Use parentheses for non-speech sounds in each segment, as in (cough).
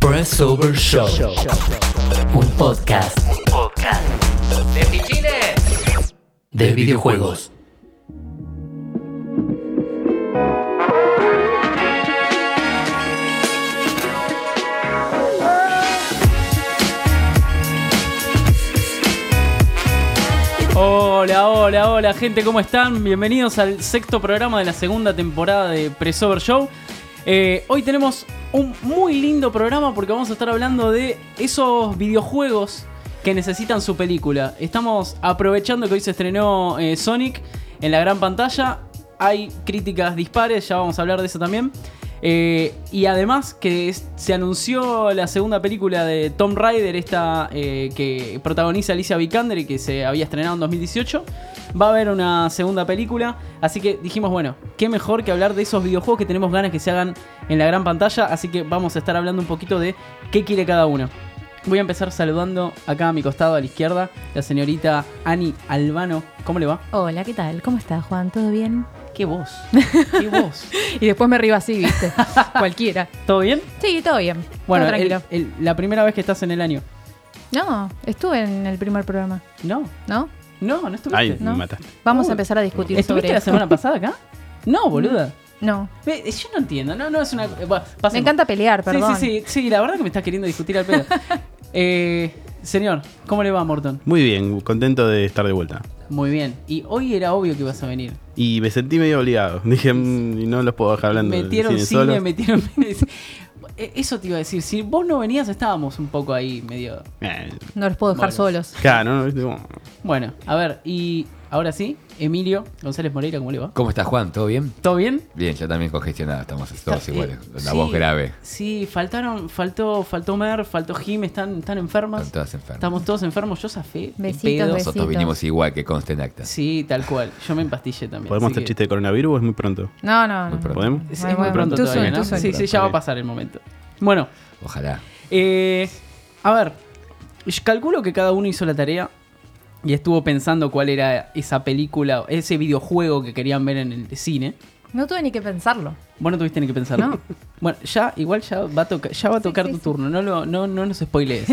Pressover Show. Un podcast. de pichines. de videojuegos. Hola, hola, hola, gente, ¿cómo están? Bienvenidos al sexto programa de la segunda temporada de Presover Show. Eh, hoy tenemos un muy lindo programa porque vamos a estar hablando de esos videojuegos que necesitan su película. Estamos aprovechando que hoy se estrenó eh, Sonic en la gran pantalla. Hay críticas dispares, ya vamos a hablar de eso también. Eh, y además que es- se anunció la segunda película de Tom Rider, esta eh, que protagoniza Alicia Vikander y que se había estrenado en 2018. Va a haber una segunda película, así que dijimos, bueno, qué mejor que hablar de esos videojuegos que tenemos ganas que se hagan en la gran pantalla, así que vamos a estar hablando un poquito de qué quiere cada uno. Voy a empezar saludando acá a mi costado, a la izquierda, la señorita Ani Albano. ¿Cómo le va? Hola, ¿qué tal? ¿Cómo estás, Juan? ¿Todo bien? ¿Qué voz? (laughs) ¿Qué voz? Y después me río así, (laughs) ¿viste? Cualquiera. ¿Todo bien? Sí, todo bien. Bueno, todo tranquilo. el- el- la primera vez que estás en el año. No, estuve en el primer programa, No, ¿no? No, no estuviste. Ay, ¿No? me mataste. Vamos Uy. a empezar a discutir sobre ¿Estuviste la eso. Mm. semana pasada acá? No, boluda. No. Ve, Yo no entiendo. No, no es una. eh, bueno, pasemos. Me encanta pelear, perdón. Sí, sí, sí. Sí, la verdad que me estás queriendo discutir al (laughs) pedo. Eh, señor, ¿cómo le va, Morton? Muy bien, contento de estar de vuelta. Muy bien. Y hoy era obvio que ibas a venir. Y me sentí medio obligado. (laughs) Dije, "Mm, y no los puedo dejar hablando. de metieron cine, cine solos". metieron. (laughs) Eh, Eso te iba a decir. Si vos no venías, estábamos un poco ahí medio. Eh, No los puedo dejar Bueno. solos. claro, ¿no? Viste, como- Bueno, a ver, y ahora sí, Emilio González Moreira, ¿cómo le va? ¿Cómo estás, Juan? ¿Todo bien? ¿Todo bien? Bien, yo también congestionado, estamos todos Está- iguales. eh, La sí, voz grave. Sí, faltaron, faltó, faltó Mer, faltó Jim, están, están enfermas. Están todas enfermas. Estamos todos enfermos, yo zafé. en Besitos, pedo. besitos. Nosotros vinimos igual que conste en acta. Sí, tal cual. Yo me empastillé también. ¿Podemos así hacer que- chiste de coronavirus o es muy pronto? No, no, Muy no. pronto. ¿Podemos? Es, es Bueno, muy bueno. pronto Tú todavía, soon, ¿no? tú soon. Sí, sí, ya va a pasar el momento. Bueno, Ojalá. eh, a ver. yo Calculo que cada uno hizo la tarea y estuvo pensando cuál era esa película, ese videojuego que querían ver en el cine. No tuve ni que pensarlo. Vos no tuviste ni que pensarlo. No. Bueno, ya, igual ya va a, toca- ya va a tocar sí, tu sí. turno, no, lo, no, no nos (laughs) spoilees.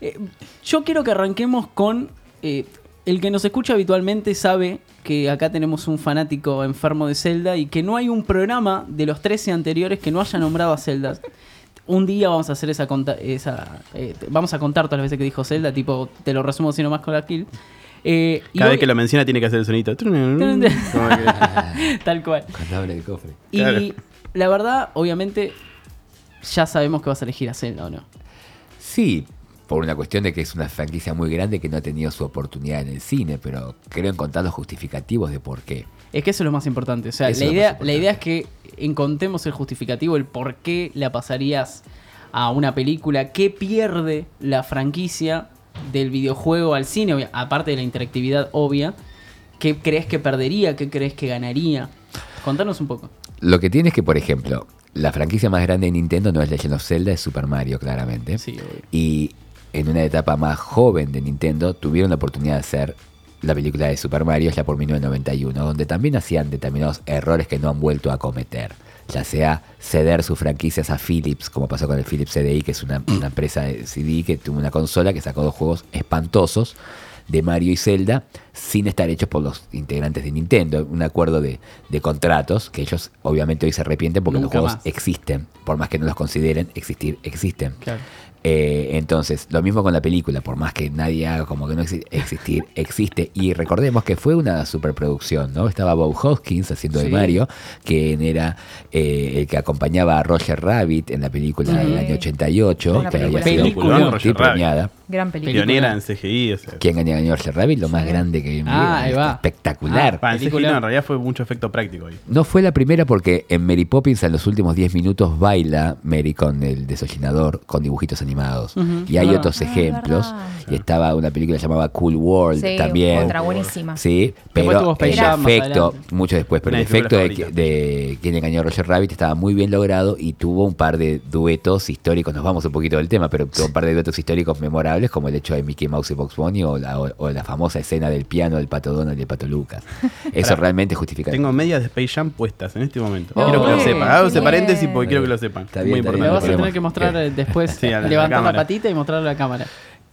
Eh, yo quiero que arranquemos con. eh, el que nos escucha habitualmente sabe que acá tenemos un fanático enfermo de Zelda y que no hay un programa de los 13 anteriores que no haya nombrado a Zelda. Un día vamos a hacer esa. conta- esa eh, te- vamos a contar todas las veces que dijo Zelda, tipo, te lo resumo sino más con la kill. Eh, y Cada hoy- vez que lo menciona tiene que hacer el sonito. Como que- (laughs) Tal cual. Cuando abre el cofre. Y Claro. la verdad, obviamente, ya sabemos que vas a elegir a Zelda o no. Sí, por una cuestión de que es una franquicia muy grande que no ha tenido su oportunidad en el cine, pero creo encontrar los justificativos de por qué. Es que eso es lo más importante. O sea, Eso la es lo idea, más la importante. idea es que encontremos el justificativo, el por qué la pasarías a una película, qué pierde la franquicia del videojuego al cine, obvia- aparte de la interactividad obvia, qué crees que perdería, qué crees que ganaría. Contanos un poco. Lo que tiene es que, por ejemplo, la franquicia más grande de Nintendo no es Legend of Zelda, es Super Mario, claramente. Sí, obvio. y en una etapa más joven de Nintendo tuvieron la oportunidad de hacer la película de Super Mario ya por 1991, donde también hacían determinados errores que no han vuelto a cometer, ya sea ceder sus franquicias a Philips, como pasó con el Philips CDI, que (clears throat) es una, una empresa de CD que tuvo una consola que sacó dos juegos espantosos de Mario y Zelda, sin estar hechos por los integrantes de Nintendo, un acuerdo de, de contratos, que ellos obviamente hoy se arrepienten porque Nunca los juegos más. existen, por más que no los consideren existir, existen. Claro. Eh, entonces, lo mismo con la película, por más que nadie haga como que no exi- (laughs) existir, existe. Y recordemos que fue una superproducción, ¿no? Estaba Bob Hoskins haciendo de Sí. Mario, quien era eh, el que acompañaba a Roger Rabbit en la película del Sí. año 88, Una que había película. sido Peliculón, multi- Roger Rabbit. premiada. Gran película. Pionera en CGI, o sea. ¿Quién engañó a Roger Rabbit? Lo más grande que vi en mi Ah, vida, ahí es va. Ah, Espectacular. Va, en CGI Película. no, en realidad fue mucho efecto práctico ahí. No fue la primera porque en Mary Poppins en los últimos 10 minutos baila Mary con el desollinador con dibujitos animados. Ujú, y hay claro. otros Ah, ejemplos. verdad. y estaba una película llamada Cool World Sí, también. otra buenísima. Sí, tuvo pero Space el Jam más efecto, adelante. mucho después, pero Una el de mis efecto de, películas de quien engañó a Roger Rabbit estaba muy bien logrado y tuvo un par de duetos históricos, nos vamos un poquito del tema, pero tuvo un par de duetos históricos memorables como el hecho de Mickey Mouse y Box Bunny o la, o- o la famosa escena del piano del Pato Donald y el Pato (laughs) Lucas. Eso realmente justifica. Tengo medias de Space Jam puestas en este momento. Oh, quiero que lo qué sepan. Hago ese bien. paréntesis porque quiero que lo sepan. Está Muy bien, está importante. bien. Me vas a Podemos- tener que mostrar ¿Qué? eh, después, Sí, a la- a la levantar la cámara. patita y mostrarle a la cámara.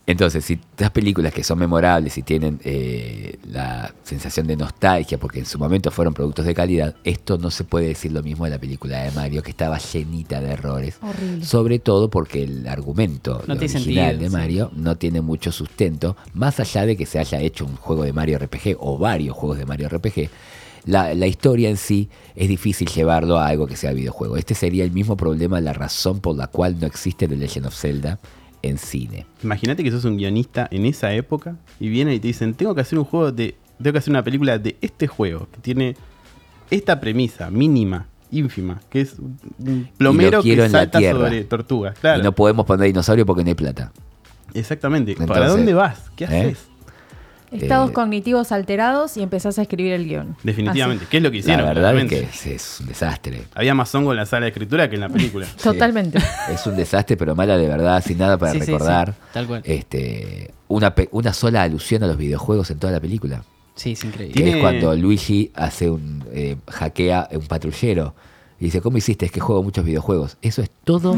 Entonces, si estas películas que son memorables y tienen eh, la sensación de nostalgia, porque en su momento fueron productos de calidad, esto no se puede decir lo mismo de la película de Mario, que estaba llenita de errores. Horrible. Sobre todo porque el argumento No tiene original sentido, de sí. Mario no tiene mucho sustento, más allá de que se haya hecho un juego de Mario RPG o varios juegos de Mario RPG. La, la historia en sí es difícil llevarlo a algo que sea videojuego. Este sería el mismo problema, la razón por la cual no existe The Legend of Zelda en cine. Imagínate que sos un guionista en esa época y vienen y te dicen, tengo que hacer un juego de. Tengo que hacer una película de este juego que tiene esta premisa mínima, ínfima, que es un plomero quiero que en la salta tierra. sobre tortugas. Claro. Y no podemos poner dinosaurio porque no hay plata. Exactamente. ¿Para Entonces, dónde vas? ¿Qué ¿eh? haces? Estados Eh, cognitivos alterados y empezás a escribir el guión. Definitivamente. ¿Qué es lo que La hicieron? verdad es que claramente? es, es un desastre. Había más hongo en la sala de escritura que en la película. Así. Totalmente. Es un desastre, pero mala de verdad, sin nada para Sí, sí, sí. recordar. Tal cual. Este, una, pe- una sola alusión a los videojuegos en toda la película. Sí, es increíble. Que es Tiene- cuando Luigi hace un eh, hackea un patrullero. Y dice, ¿cómo hiciste? Es que juego muchos videojuegos. Eso es (laughs) todo.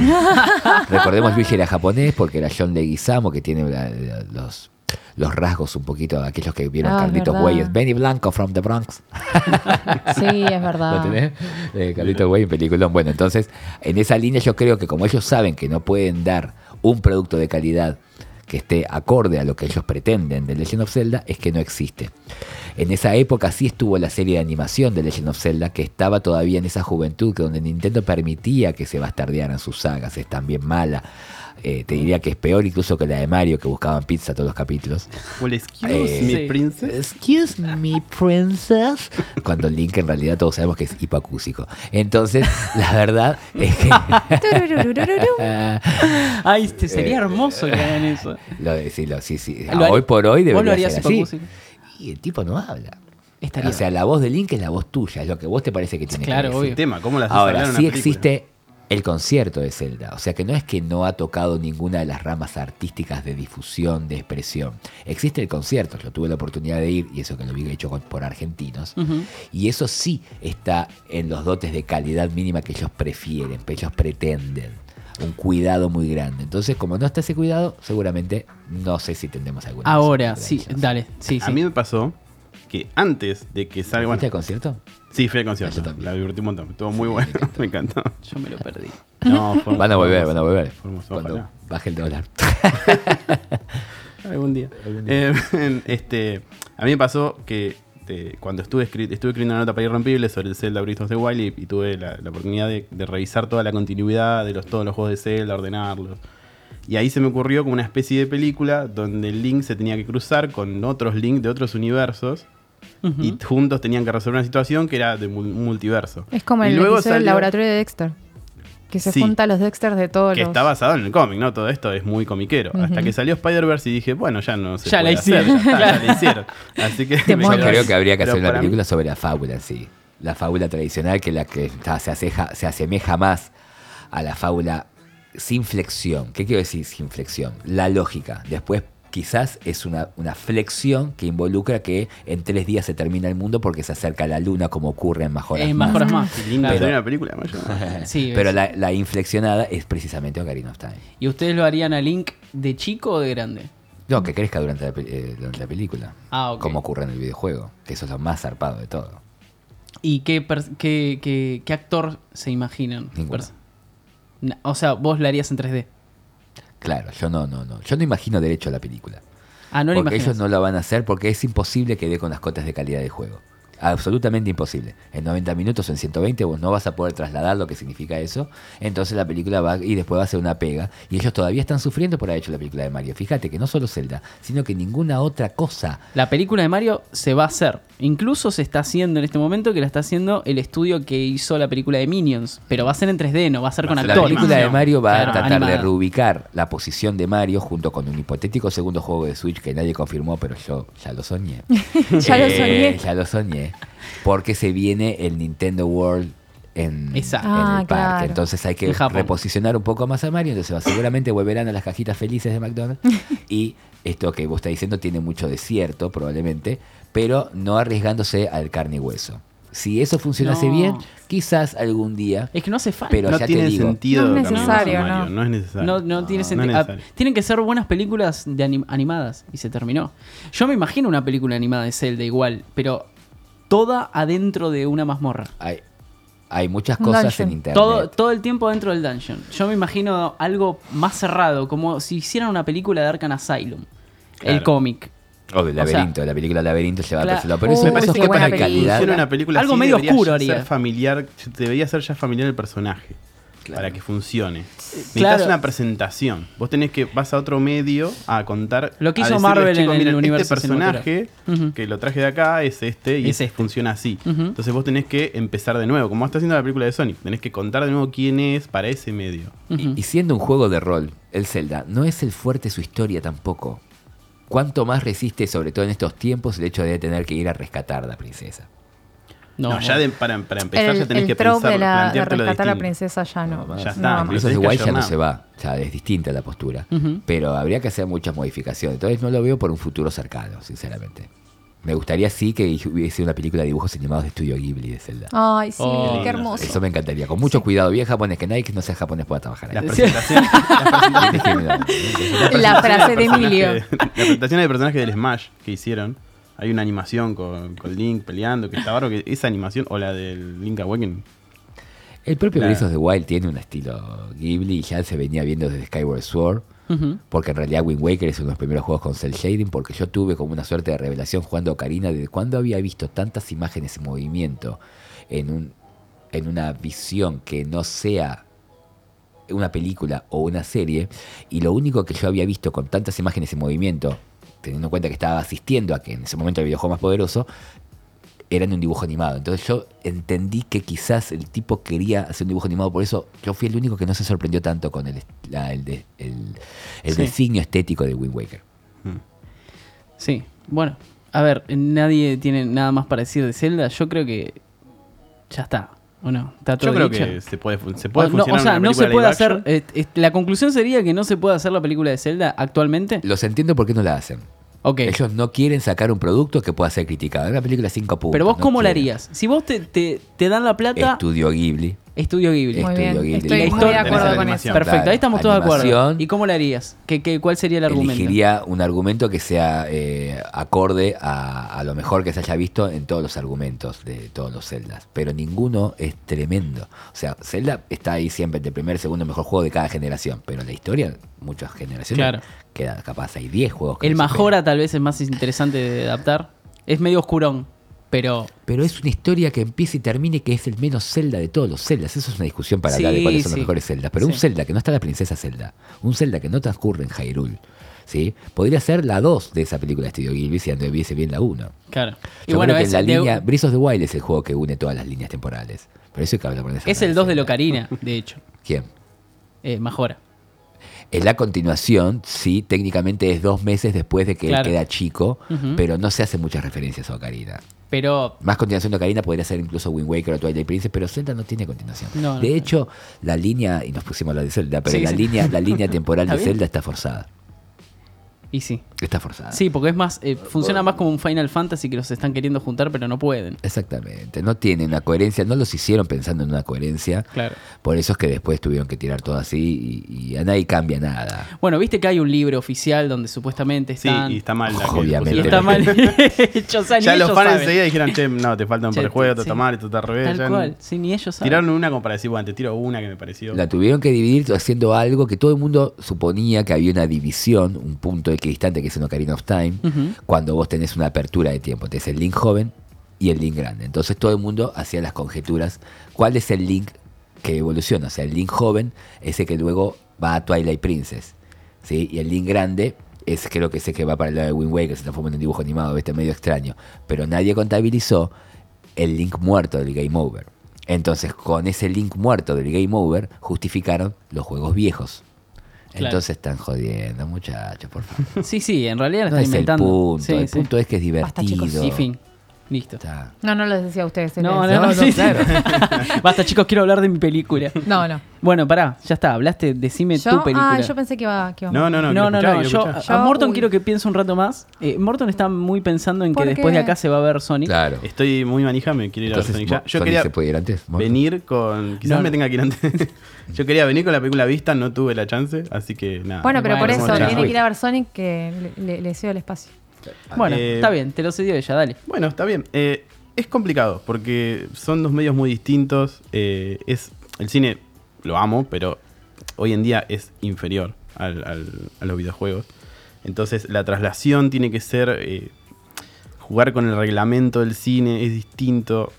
Recordemos, Luigi era japonés porque era John Leguizamo, que tiene la- la- los, los rasgos un poquito, aquellos que vieron Ah, es Carlitos verdad. Güeyes. Benny Blanco from the Bronx. Sí, es (laughs) ¿Lo verdad. tenés? Eh, Carlitos Güey, peliculón. Bueno, entonces, en esa línea yo creo que como ellos saben que no pueden dar un producto de calidad que esté acorde a lo que ellos pretenden de Legend of Zelda, es que no existe. En esa época sí estuvo la serie de animación de Legend of Zelda, que estaba todavía en esa juventud, que donde Nintendo permitía que se bastardearan sus sagas, es también mala. Eh, te diría que es peor incluso que la de Mario, que buscaban pizza todos los capítulos. Well, excuse Eh, me, sí. princess. Excuse me, princess. Cuando Link en realidad todos sabemos que es hipacúsico. Entonces, la verdad es (laughs) que Turururururu. ah, Ay, este, sería hermoso que hagan eso. lo, de- sí, lo- sí, sí. Lo har- hoy por hoy vos lo debería harías ser así. hipacúsico. Y el tipo no habla. Estaría- O sea, la voz de Link es la voz tuya, es lo que vos te parece que tiene Claro, que decir. obvio. El tema, ¿cómo las Ahora, sí existe el concierto de Zelda. O sea que no es que no ha tocado ninguna de las ramas artísticas de difusión, de expresión. Existe el concierto, yo tuve la oportunidad de ir, y eso que lo vi hecho con- por argentinos. Ujú. Y eso sí está en los dotes de calidad mínima que ellos prefieren, que ellos pretenden. Un cuidado muy grande. Entonces, como no está ese cuidado, seguramente no sé si tendremos alguna. Ahora, sorpresa. sí, dale. Sí, A sí. mí me pasó que antes de que salga. Bueno, ¿Fuiste al concierto? sí, fui al Yo concierto. también. La divertí un montón. Estuvo muy (laughs) bueno. Me encantó. Yo me lo perdí. (laughs) No, fue- Van a volver, van a volver. Fuimos, Cuando ojalá. baje el dólar. Algún día. Eh, (laughs) este, a mí me pasó que este, cuando estuve, escri- estuve escribiendo una nota para Irrompible sobre el Zelda Breath of the Wild y, y tuve la, la oportunidad de, de revisar toda la continuidad de los, todos los juegos de Zelda, ordenarlos. Y ahí se me ocurrió como una especie de película donde el Link se tenía que cruzar con otros Link de otros universos Ujú. y juntos tenían que resolver una situación que era de mul- un multiverso. Es como Y el luego episodio del salió- laboratorio de Dexter. Que se Sí. junta a los Dexters de todos Que los... está basado en el cómic, ¿no? Todo esto es muy comiquero. Hasta Ujú. que salió Spider-Verse y dije, bueno, ya no se Ya la puede hacer, hicieron. ya, está, ya la hicieron. (laughs) Así que... me Demonios. Yo quedo- creo que habría que Pero hacer una para mí- película sobre la fábula en sí. La fábula tradicional que la que está- se, aseja- se asemeja más a la fábula sin flexión. ¿Qué quiero decir sin flexión? La lógica. Después quizás es una, una flexión que involucra que en tres días se termina el mundo porque se acerca la luna como ocurre en Majora's Eh, Mask. Majora's Mask, Qué lindo claro. tener una película (laughs) Maya. Sí, Pero es- la, la inflexionada es precisamente Ocarina of Time. ¿Y ustedes lo harían a Link de chico o de grande? No, que crezca durante la, pe- eh, durante la película. Ah, ok. Como ocurre en el videojuego. Que eso es lo más zarpado de todo. ¿Y qué, per- qué, qué- qué actor se imaginan? Ninguno. Pers- Na- O sea, vos la harías en 3D. Claro, yo no, no, no. Yo no imagino derecho a la película. Ah, no la porque imaginas. ellos no la van a hacer porque es imposible que dé con las cotas de calidad de juego. Absolutamente imposible. En 90 minutos o en 120 vos no vas a poder trasladar lo que significa eso. Entonces la película va y después va a ser una pega. Y ellos todavía están sufriendo por haber hecho la película de Mario. Fíjate que no solo Zelda, sino que ninguna otra cosa. La película de Mario se va a hacer. Incluso se está haciendo en este momento que la está haciendo el estudio que hizo la película de Minions. Pero va a ser en 3D, no va a ser Va con a ser La Actor, actores. película de animación. Mario va Claro, a tratar de animada. reubicar la posición de Mario junto con un hipotético segundo juego de Switch que nadie confirmó, pero yo ya lo soñé. (laughs) Ya lo Eh, soñé. Ya lo soñé. Porque se viene el Nintendo World en, Exacto. en Ah, el parque. claro. Entonces hay que En Japón. reposicionar un poco más a Mario. Entonces va- seguramente volverán a las cajitas felices (laughs) de McDonald's. y esto que vos estás diciendo tiene mucho de cierto, probablemente, pero no arriesgándose al carne y hueso. Si eso funcionase No. bien, quizás algún día. Es que no hace falta. Pero no ya tiene te digo. sentido. No es caminar necesario, con Mario, no. No es necesario. No, no tiene es sentido. Ah, necesario. tienen que ser buenas películas de anim- animadas y se terminó. Yo me imagino una película animada de Zelda igual, pero toda adentro de una mazmorra. Hay, hay muchas Un cosas dungeon. en internet. Todo, todo el tiempo dentro del dungeon. Yo me imagino algo más cerrado, como si hicieran una película de Arkham Asylum, el Claro. cómik. O del O sea, Uh, laberinto, la película Laberinto lleva Cla- a Pero eso- Uy, esos qué cortes buena de calidad. Hicieron una película Algo así, medio debería oscuro ya haría. Ser familiar, debería ser ya familiar el personaje. Para que funcione. Necesitas Claro. una presentación. Vos tenés que vas a otro medio a contar. Lo que a hizo decirles, Marvel en "Chicos, el miren, universo Este personaje cinematográfico". Ujú. que lo traje de acá es este y Es este este. funciona así. Ujú. Entonces vos tenés que empezar de nuevo, como está haciendo la película de Sonic. Tenés que contar de nuevo quién es para ese medio. Ujú. Y, y siendo un juego de rol, el Zelda no es el fuerte su historia tampoco. Cuanto más resiste, sobre todo en estos tiempos, el hecho de tener que ir a rescatar a la princesa? No, No, ya de- para, para empezar ya El, tenés el que trope pensar, de, la, de planteártelo rescatar a la distinto. princesa ya no. No, ya está, no, Por eso Tenés es que igual ya no ayornar. se va, ya es distinta la postura. Ujú. Pero habría que hacer muchas modificaciones. Entonces no lo veo por un futuro cercano, sinceramente. Me gustaría sí que hubiese una película de dibujos animados de estudio Ghibli de Zelda. Ay, sí, Oh, no, qué hermoso. Eso me encantaría. Con mucho cuidado, bien japonés, que nadie que no sea japonés pueda trabajar Las ahí. Sí. presentaciones, (laughs) (laughs) La frase de personaje- Emilio. (laughs) La presentación de personaje del Smash que hicieron. Hay una animación con, con Link peleando, que está bárbaro, que esa animación, o la del Link Awakening. El propio Claro. Breath of the Wild tiene un estilo Ghibli y ya se venía viendo desde Skyward Sword. Ujú. Porque en realidad Wind Waker es uno de los primeros juegos con cel shading, porque yo tuve como una suerte de revelación jugando Ocarina de cuando había visto tantas imágenes en movimiento en, un, en una visión que no sea una película o una serie, y lo único que yo había visto con tantas imágenes en movimiento, teniendo en cuenta que estaba asistiendo a que en ese momento el videojuego más poderoso, era en un dibujo animado. Entonces yo entendí que quizás el tipo quería hacer un dibujo animado, por eso yo fui el único que no se sorprendió tanto con el, est- la- el, de- el- el Sí. designio estético de Wind Waker. Hmm. Sí, bueno, a ver, nadie tiene nada más para decir de Zelda. Yo creo que ya está, ¿o no? Está todo Yo creo dicho. que se puede, fun- se O, puede Ah, no, o funcionar sea, una no se película puede live hacer. action. eh, eh, la conclusión sería que no se puede hacer la película de Zelda actualmente. Los entiendo por qué no la hacen. Ok. Ellos no quieren sacar un producto que pueda ser criticado. Es una película 5 puntos. Pero vos, no ¿cómo la quieren. harías? Si vos te, te- te dan la plata, Estudio Ghibli. estudio Ghibli. Muy Estudio bien, Ghibli. estoy La muy de historia- acuerdo con Animación. eso. Perfecto, Claro, ahí estamos todos de acuerdo. animación. ¿Y cómo la harías? ¿Qué, qué, cuál sería el argumento? Elegiría un argumento que sea eh, acorde a, a lo mejor que se haya visto en todos los argumentos de todos los Zeldas. Pero ninguno es tremendo. O sea, Zelda está ahí siempre entre primer, segundo mejor juego de cada generación. Pero en la historia, muchas generaciones Claro. quedan capaz. Hay 10 juegos que El lo Majora tal vez es más interesante de adaptar. Es medio oscurón, pero... superan. Pero es una historia que empieza y termina y que es el menos Zelda de todos los Zeldas. Eso es una discusión para hablar de Sí, cuáles son sí. los mejores Zeldas. Pero un Sí. Zelda que no está la princesa Zelda, un Zelda que no transcurre en Hyrule, ¿sí? podría ser la 2 de esa película de Studio Ghibli si anduviese bien la 1. Claro. Yo creo que es, en la de- línea. Breath of the Wild es el juego que une todas las líneas temporales. Pero eso hay que hablar con esa es el 2 de Zelda. Locarina, de hecho. ¿Quién? Eh, Majora. Es la continuación, sí, técnicamente es dos meses después de que Claro. él queda chico, Ujú. pero no se hacen muchas referencias a Ocarina. Pero Más continuación de Ocarina podría ser incluso Wind Waker o Twilight Princess, pero Zelda no tiene continuación. No, no, de no. hecho, la línea, y nos pusimos la de Zelda, pero Sí, la, sí. Línea, (laughs) la línea temporal ¿Está de bien? Zelda está forzada. Y sí. Está forzada. Sí, porque es más, eh, funciona más como un Final Fantasy que los están queriendo juntar, pero no pueden. Exactamente, no tiene una coherencia, no los hicieron pensando en una coherencia. Claro. Por eso es que después tuvieron que tirar todo así y, y a nadie cambia nada. Bueno, viste que hay un libro oficial donde supuestamente Sí, están. y está mal. la que Obviamente. y pusieron. está (laughs) mal hecho. o sea, ni Ya los ellos fans saben. enseguida dijeron, che, no, te falta (laughs) un Che, par de juegos, sí. esto está mal, esto está al revés. ya Tal no- cual. Sí, ni ellos saben. Tiraron una como para decir, bueno, te tiro una que me pareció. La tuvieron que dividir haciendo algo que todo el mundo suponía que había una división, un punto equidistante que es en Ocarina of Time, Ujú. cuando vos tenés una apertura de tiempo. Tenés el link joven y el link grande. Entonces todo el mundo hacía las conjeturas. ¿Cuál es el link que evoluciona? O sea, el link joven es el que luego va a Twilight Princess. ¿sí? Y el link grande es creo que ese que va para el lado de Wind Waker, se transforma en un dibujo animado, ¿viste? Medio extraño. Pero nadie contabilizó el link muerto del Game Over. Entonces, con ese link muerto del Game Over, justificaron los juegos viejos. Claro. Entonces están jodiendo, muchachos, por favor. Sí, sí, en realidad la No están es el inventando. punto. Sí, el sí. punto es que es Basta, chicos. divertido. Y fin. Listo. Está. No, no lo decía a ustedes. se No, lo no, no, decía. No, no, sí, sí. claro. (laughs) Basta, chicos, quiero hablar de mi película. (laughs) no. no. Bueno, pará, ya está, hablaste, decime tu Yo, película. ah, yo pensé que iba, que iba No, no, no. No, quiero no, escuchar, no. quiero Yo, escuchar. a Yo, Morton uy. quiero que piense un rato más. Eh, Morton está muy pensando en que ¿Por después qué? de acá se va a ver Sonic. Claro. Estoy muy manija, me quiero ir a ver Entonces, Sonic ya. Yo Sonic quería se puede ir (laughs) antes. Morto. venir con. Quizás No, no. me tenga que ir antes. (laughs) Yo quería venir con la película vista, no tuve la chance, así que nada. Bueno, pero Bueno, por como eso ya tiene que fui. ir a ver Sonic que le, le- le cedo (laughs) el espacio. Bueno, Eh, está bien, te lo cedió ella, dale. Bueno, está bien. Eh, es complicado porque son dos medios muy distintos. Eh, es El cine lo amo, pero hoy en día es inferior al- al- a los videojuegos. Entonces la traslación tiene que ser... eh, jugar con el reglamento del cine es distinto.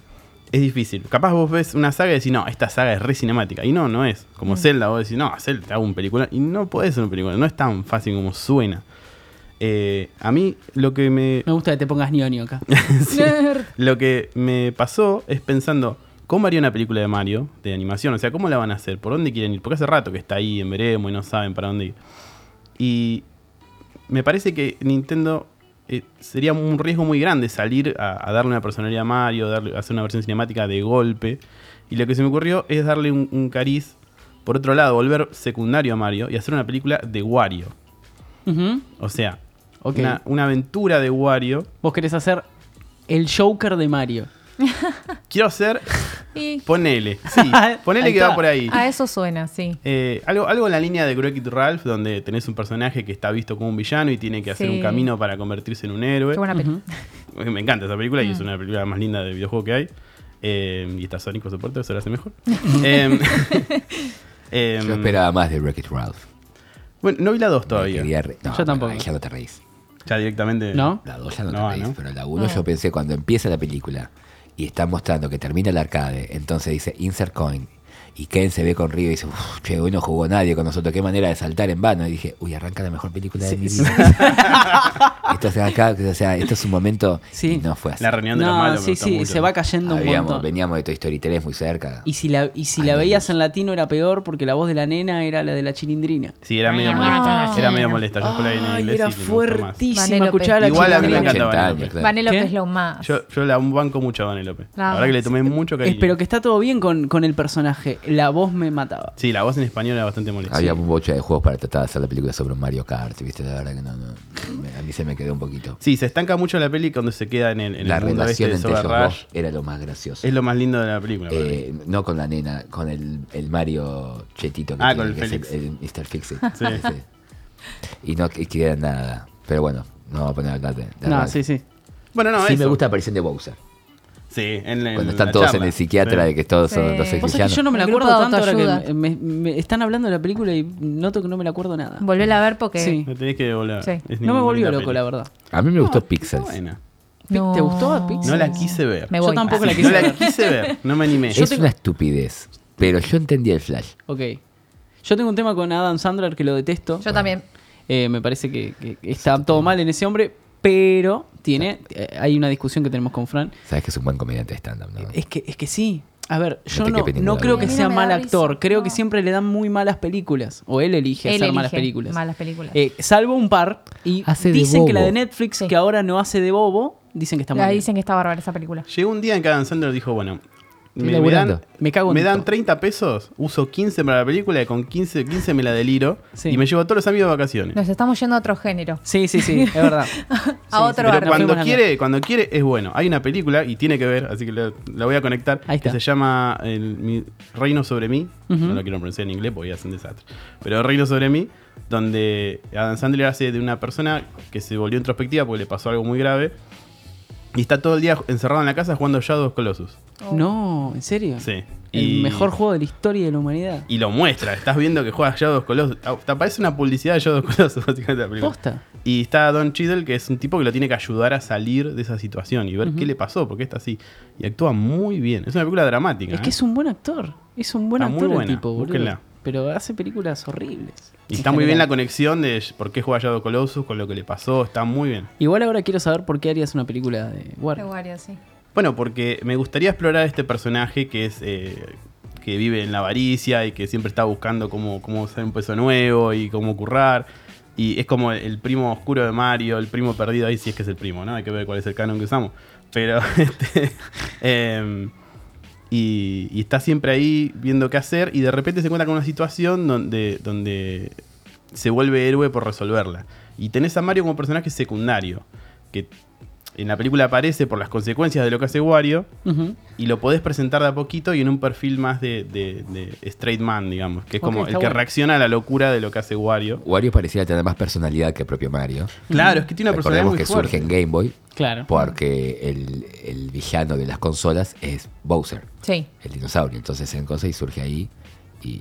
Es difícil. Capaz vos ves una saga y decís, no, esta saga es re cinemática. Y no, no es. Como Zelda, vos decís, no, a Zelda te hago un película. Y no podés hacer un película. No es tan fácil como suena. Eh, a mí lo que me... Me gusta que te pongas ñoño (laughs) acá. Sí. Lo que me pasó es pensando, ¿cómo haría una película de Mario, de animación? O sea, ¿cómo la van a hacer? ¿Por dónde quieren ir? Porque hace rato que está ahí en veremos y no saben para dónde ir. Y me parece que Nintendo eh, sería un riesgo muy grande salir a, a darle una personalidad a Mario, darle, hacer una versión cinemática de golpe. Y lo que se me ocurrió es darle un, un cariz, por otro lado, volver secundario a Mario y hacer una película de Wario. Ujú. O sea, Ok. una- una aventura de Wario. Vos querés hacer el Joker de Mario. Quiero hacer Y Ponele, sí. Ponele Ahí que está. va por ahí. a eso suena, sí. Eh, algo, algo en la línea de Crooked Ralph, donde tenés un personaje que está visto como un villano y tiene que hacer Sí. un camino para convertirse en un héroe. Qué buena peli. Eh, Me encanta esa película y es una película más linda de videojuego que hay. Eh, y está Sonic, por supuesto, eso lo hace mejor. Em, em, Yo esperaba más de Wreck-It Ralph. Bueno, no vi la 2 Me todavía. quería re- no, Yo tampoco. ahí Ya no te reís. Ya directamente. ¿No? La 2 ya no, No, te reís, ¿no? pero la 1 yo pensé cuando empieza la película y está mostrando que termina el arcade, entonces dice insert coin. Y Ken se ve con Río y dice, "Uf, che, hoy no jugó nadie con nosotros, qué manera de saltar en vano. Y dije, uy, arranca la mejor película de mi vida. (laughs) esto, se acaba- o sea, esto es un momento Sí. y no fue así. La reunión de los No, malos. me sí, gustó sí, mucho. se va cayendo un Habíamos- montón. veníamos de Toy Story 3 muy cerca. Y si la, y si la Ay, veías en latino era peor porque la voz de la nena era la de la chilindrina. Sí, era medio Ay, molesta. no. Era medio molesta. Yo por ahí en Ay, inglés era y me gustó más. fuertísima. Vanellope. Escuchaba la Igual a mí me chilindrina. encanta 80 Vanellope. años, claro. Vanellope ¿Qué? es lo más. Yo, yo la banco mucho a Vanellope. La La verdad que le amo. tomé mucho cariño. Espero que está todo bien con, con el personaje. La voz me mataba. Sí, la voz en español era bastante molesta. Había un boche de juegos para tratar de hacer la película sobre un Mario Kart, ¿viste? La verdad que no, no. me- A mí se me quedó un poquito. Sí, se estanca mucho la peli cuando se queda en el, en la el mundo este relación de entre Soda ellos Rush. dos era lo más gracioso. Es lo más lindo de la película. para mí. Eh, no con la nena, con el, el Mario Chetito que Ah, tiene, con el que es Félix. el Mr. Fixit. (laughs) Sí. Ese. Y no que- que era nada. Pero bueno, no vamos a poner a hablar de. de No, Ralph. sí, sí. bueno, no, sí eso. me gusta la aparición de Bowser. Sí, en, en Cuando están la todos charla. en el psiquiatra Sí. de que todos son Sí. los ex Vos sabés que villanos. yo no me la El grupo acuerdo de tanto ahora que autoayuda. me, me están hablando de la película y noto que no me la acuerdo nada. Volvéla a ver porque. Sí. La tenés que devolver. Sí. Es No me linda volvió peli. loco, la verdad. A mí me gustó No, Pixels. está buena. ¿Te gustó a Pixar? No la quise ver. Me Yo voy. tampoco la (laughs) Sí, quise no ver. la quise ver. No me animé. es una estupidez. Pero yo entendí el flash. Ok. Yo tengo un tema con Adam Sandler que lo detesto. Yo también. Eh, me parece que, que está todo mal en ese hombre, pero tiene. eh, hay una discusión que tenemos con Fran. Sabes que es un buen comediante de stand-up, ¿no? Es que, es que sí. A ver, yo te no, quepe no ninguna creo duda. que A mí no sea me mal da actor. risa, Creo que no. siempre le dan muy malas películas. O él elige Él hacer malas elige películas. malas películas. Eh, salvo un par. Y Hace de dicen que la bobo. de Netflix, Sí. que ahora no hace de bobo, dicen que está mal. La dicen que está bárbara esa película. Llegó un día en que Adam Sandler dijo, bueno, me, me laburando. dan, Me cago en me dan todo. 30 pesos, uso 15 para la película y con 15, 15 me la deliro Sí. y me llevo a todos los amigos de vacaciones. Nos estamos yendo a otro género. Sí, sí, sí, es (laughs) verdad. A Sí, otro sí, Pero barrio. nos cuando fuimos a la quiere, cuando quiere es bueno. Hay una película y tiene que ver, así que la, la voy a conectar, Ahí que está. se llama el, Mi Reino sobre mí. No lo quiero pronunciar en inglés porque ya es un desastre. Pero Reino sobre mí, donde Adam Sandler hace de una persona que se volvió introspectiva porque le pasó algo muy grave. Y está todo el día encerrado en la casa jugando Shadow of Colossus. mierda. No, ¿en serio? Sí. El Y- mejor juego de la historia de la humanidad. Y lo muestra, estás viendo que juega Shadow of Colossus. Ah, Te aparece una publicidad de Shadow of Colossus, (laughs) básicamente. La película. Posta. Y está Don Cheadle, que es un tipo que lo tiene que ayudar a salir de esa situación y ver qué le pasó, porque está así. Y actúa muy bien. Es una película dramática. Es que ¿eh? es un buen actor. Es un buen Está muy actor el buena, tipo, boludo. búsquenla. Pero hace películas horribles. Y en está muy bien la general. conexión de por qué juega Shadow of Colossus con lo que le pasó. Está muy bien. Igual ahora quiero saber por qué harías una película de Warner. sí. Bueno, porque me gustaría explorar este personaje que es. eh, que vive en la avaricia y que siempre está buscando cómo, cómo ser un peso nuevo y cómo currar. Y es como el primo oscuro de Mario, el primo perdido, ahí sí es que es el primo, ¿no? Hay que ver cuál es el canon que usamos. Pero, (laughs) este, em, y, y está siempre ahí viendo qué hacer y de repente se encuentra con una situación donde, donde se vuelve héroe por resolverla. Y tenés a Mario como personaje secundario, que en la película aparece por las consecuencias de lo que hace Wario, Ujú. y lo podés presentar de a poquito y en un perfil más de, de- de straight man, digamos, que es Ok, como el está que bueno. reacciona a la locura de lo que hace Wario. Wario parecía tener más personalidad que el propio Mario. Claro, es que tiene una personalidad Recordemos muy que fuerte. surge en Game Boy Claro. porque el, el villano de las consolas es Bowser, Sí. el dinosaurio. Entonces en Conseil surge ahí y